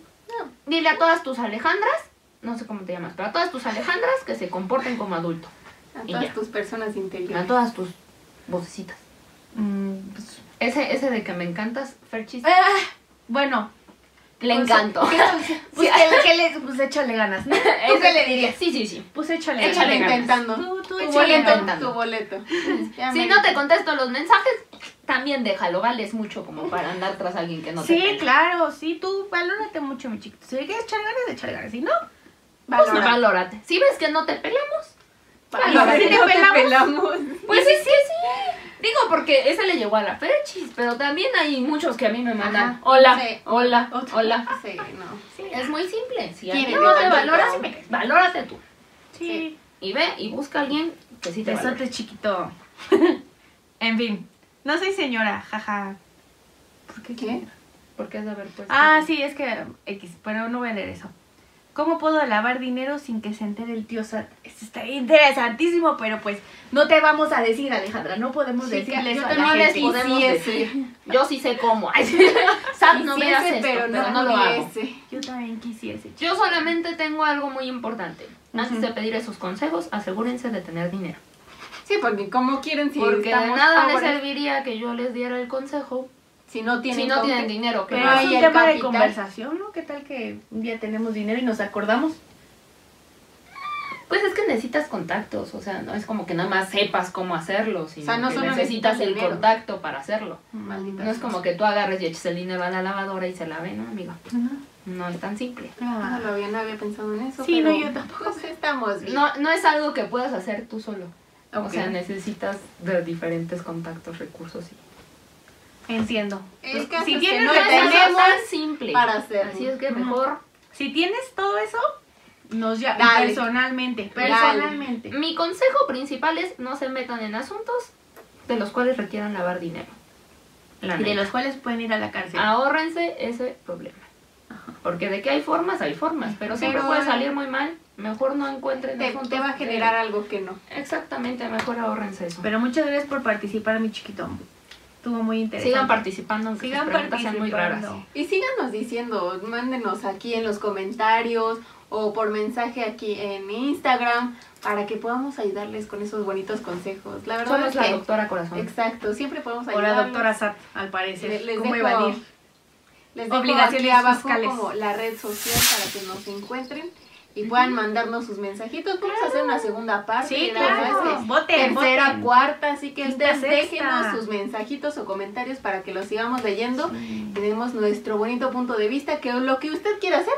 Dile a todas tus Alejandras, no sé cómo te llamas, pero a todas tus Alejandras que se comporten como adulto. A Y todas ya. tus personas A interiores. todas tus vocecitas. Mm, pues, Ese, ese de que me encantas, Ferchis. Ah, bueno. Le pues, encanto. ¿qué conse- Pues, que, que le, pues échale ganas, ¿no? ¿Tú qué le dirías? Sí, sí, sí. Pues échale ganas. Échale Échale ganas. intentando. Tú, tú Tu échale Échale ganas. boleto, intentando. tu boleto. Ya Si me- no te contesto los mensajes, también déjalo, vales mucho como para andar tras alguien que no te Sí, pela. claro, sí, tú valórate mucho, mi chiquito. Si hay que echar ganas, échale ganas. Si no, Pues Valora. no, valórate. Si ves que no te pelamos, Valora. valórate. Si ¿Te no te pelamos? pelamos. pues es que sí. Digo, porque ese le llegó a la Ferchis, pero también hay muchos que a mí me mandan. Ajá. Hola, Sí. hola, Otra. hola. Sí, no. sí. Es muy simple. Si a ti Quiere, no te tantito. valoras, valórate tú. Sí. Y ve y busca a alguien que sí te valore. Besote chiquito. en fin. No soy señora, jaja. ¿Por qué? ¿Qué? Porque has de haber puesto. Ah, sí, es que X, pero no voy a leer eso. ¿Cómo puedo lavar dinero sin que se entere el tío Sat? Esto está interesantísimo, pero pues no te vamos a decir, Alejandra, no podemos Chica, decirle eso yo a no la les gente. Y podemos sí, decir. Yo sí sé cómo. Ay, sí. Sam, no me Quisiese, hagas esto, pero no, lo hago. pudiese. Yo también quisiese. Yo solamente tengo algo muy importante. Antes Ujú. de pedir esos consejos, asegúrense de tener dinero. Sí, porque como quieren si Porque de estamos nada les ahora, serviría que yo les diera el consejo si no tienen si no con tienen qué. dinero. Que Pero no hay es un el tema de capital. conversación, ¿no? ¿Qué tal que un día tenemos dinero y nos acordamos? Pues es que necesitas contactos, o sea, no es como que nada más sepas cómo hacerlo, sino O sea, no que solo necesitas necesitas el dinero. contacto para hacerlo. Maldita No es como que tú agarres y eches el dinero a la lavadora y se lave, ¿no, amiga? No es tan simple. No, lo había, no había pensado en eso. Sí, no, pero, yo tampoco. pues, estamos bien. No, no es algo que puedas hacer tú solo. O Ok. sea, necesitas de diferentes contactos, recursos y... Entiendo. El Pues, caso si es que tienes no No es algo tenemos- tan simple. para hacerlo. Así es que Ujú. mejor... si tienes todo eso, nos ya Dale. personalmente, Dale. personalmente. Mi consejo principal es no se metan en asuntos de los cuales requieran lavar dinero. Mm. La Y de neta. los cuales pueden ir a la cárcel. Ah. Ahórrense ese problema. Porque de que hay formas, hay formas. Pero siempre Pero- puede salir muy mal. Mejor no eh. encuentren te, asuntos te va a de- generar algo que no. Exactamente, mejor ahórrense eso. Pero muchas gracias por participar, mi chiquito. Estuvo muy interesante. Sigan participando, aunque Sigan sus preguntas sean muy raras. participando. Y síganos diciendo, mándenos aquí en los comentarios o por mensaje aquí en Instagram para que podamos ayudarles con esos bonitos consejos. La verdad Somos es la que, doctora corazón. exacto, siempre podemos Por ayudarles. la doctora Sat, al parecer. Le- les ¿Cómo dejo evadir? Les dejo Obligaciones aquí abajo fiscales. como la red social para que nos encuentren y puedan mandarnos sus mensajitos. Vamos a hacer una segunda parte. Sí, la verdad claro. es que Voten, tercera, voten. cuarta, así que Quinta, ustedes sexta. déjenos sus mensajitos o comentarios para que los sigamos leyendo y demos nuestro bonito punto de vista, que lo que usted quiera hacer,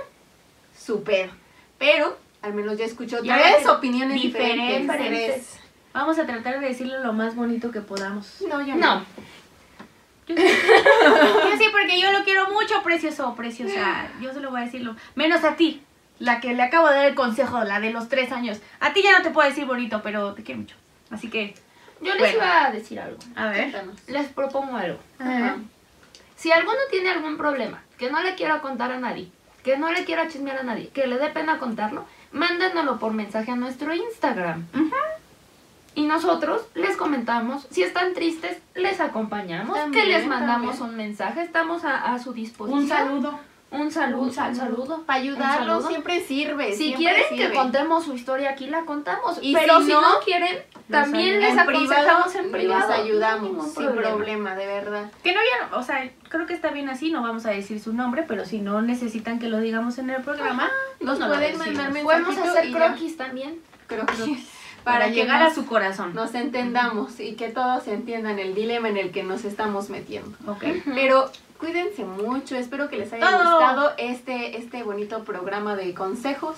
super. Pero al menos ya escuchó Ya tres ves, opiniones diferentes. diferentes. Vamos a tratar de decirle lo más bonito que podamos. Tres. No, yo no. No, Yo sí. Yo sí, porque yo lo quiero mucho, precioso, preciosa. Yo se lo voy a decirlo. Menos a ti, la que le acabo de dar el consejo, la de los tres años. A ti ya no te puedo decir bonito, pero te quiero mucho. Así que, yo les Bueno. iba a decir algo. a ver. Cuéntanos. Les propongo algo. Ajá. Si alguno tiene algún problema que no le quiera contar a nadie, que no le quiera chismear a nadie, que le dé pena contarlo, mándenoslo por mensaje a nuestro Instagram. Y nosotros les comentamos, si están tristes, les acompañamos, También, que les mandamos también. un mensaje, estamos a, a su disposición. Un saludo. Un saludo. Un saludo. Para ayudarlos saludo. siempre sirve. Si siempre quieren que sirve. contemos su historia aquí, la contamos. Y pero si si no, no, quieren, ayudan. también les en privado, aconsejamos en privado. les No hay ayudamos ningún sin problema, de verdad. Que no, ya, no- o sea, creo que está bien así, no vamos a decir su nombre, pero si no necesitan que lo digamos en el programa, Nos no lo pueden decimos. mandar Podemos mensajito hacer y ya. croquis también. Creo que para, para que llegar nos- a su corazón. nos entendamos y que todos entiendan el dilema en el que nos estamos metiendo. Ok. Pero cuídense mucho, espero que les haya Todo. gustado este, este bonito programa de consejos,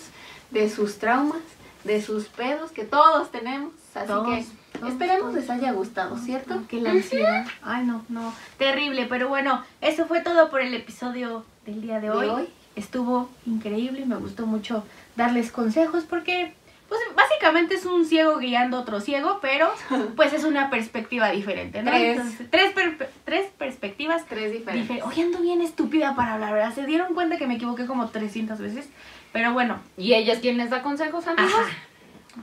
de sus traumas, de sus pedos que todos tenemos. Así Todos, que todos, esperemos todos. les haya gustado, ¿cierto? Que la ansiedad. Ay, no, no. Terrible. Pero bueno, eso fue todo por el episodio del día de ¿De hoy. hoy? Estuvo increíble. Me gustó mucho darles consejos porque, pues, básicamente es un ciego guiando a otro ciego, pero, pues, es una perspectiva diferente, ¿no? Tres. Entonces, tres, per- tres perspectivas Tres diferentes. diferentes. Hoy ando bien estúpida para hablar, ¿verdad? Se dieron cuenta que me equivoqué como 300 veces. Pero bueno, Y ella es quien les da consejos, amigos. ajá.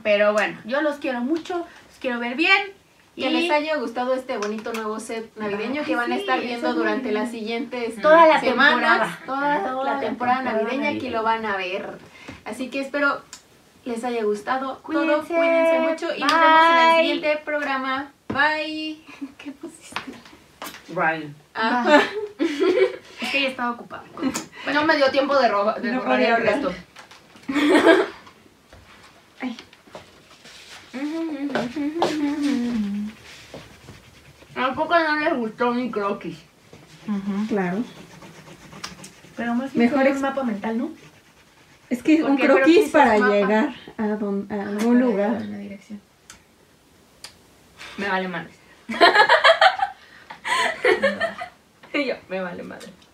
Pero bueno, yo los quiero mucho. Los quiero ver bien. Que les haya gustado este bonito nuevo set navideño que van a Sí, estar eso viendo es muy durante bien. las siguientes Toda la semanas, temporada. toda, Toda la la temporada temporada navideña aquí navideña. lo van a ver. Así que espero les haya gustado todo, Cuídense. cuídense mucho y nos vemos en el Bye. siguiente programa. Bye. ¿Qué pusiste? Ryan. Ah. Es que ya estaba ocupada. No me dio tiempo de, roba, de No borrar podía el hablar. resto. Ay. ¿A poco no les gustó mi croquis? Claro. Pero más Mejor mejor ex- un mapa mental, ¿no? Es que un Porque creo que croquis hice para mapa. llegar a, don- a algún Ah, lugar. En la dirección. Me vale madre. y yo, me vale madre.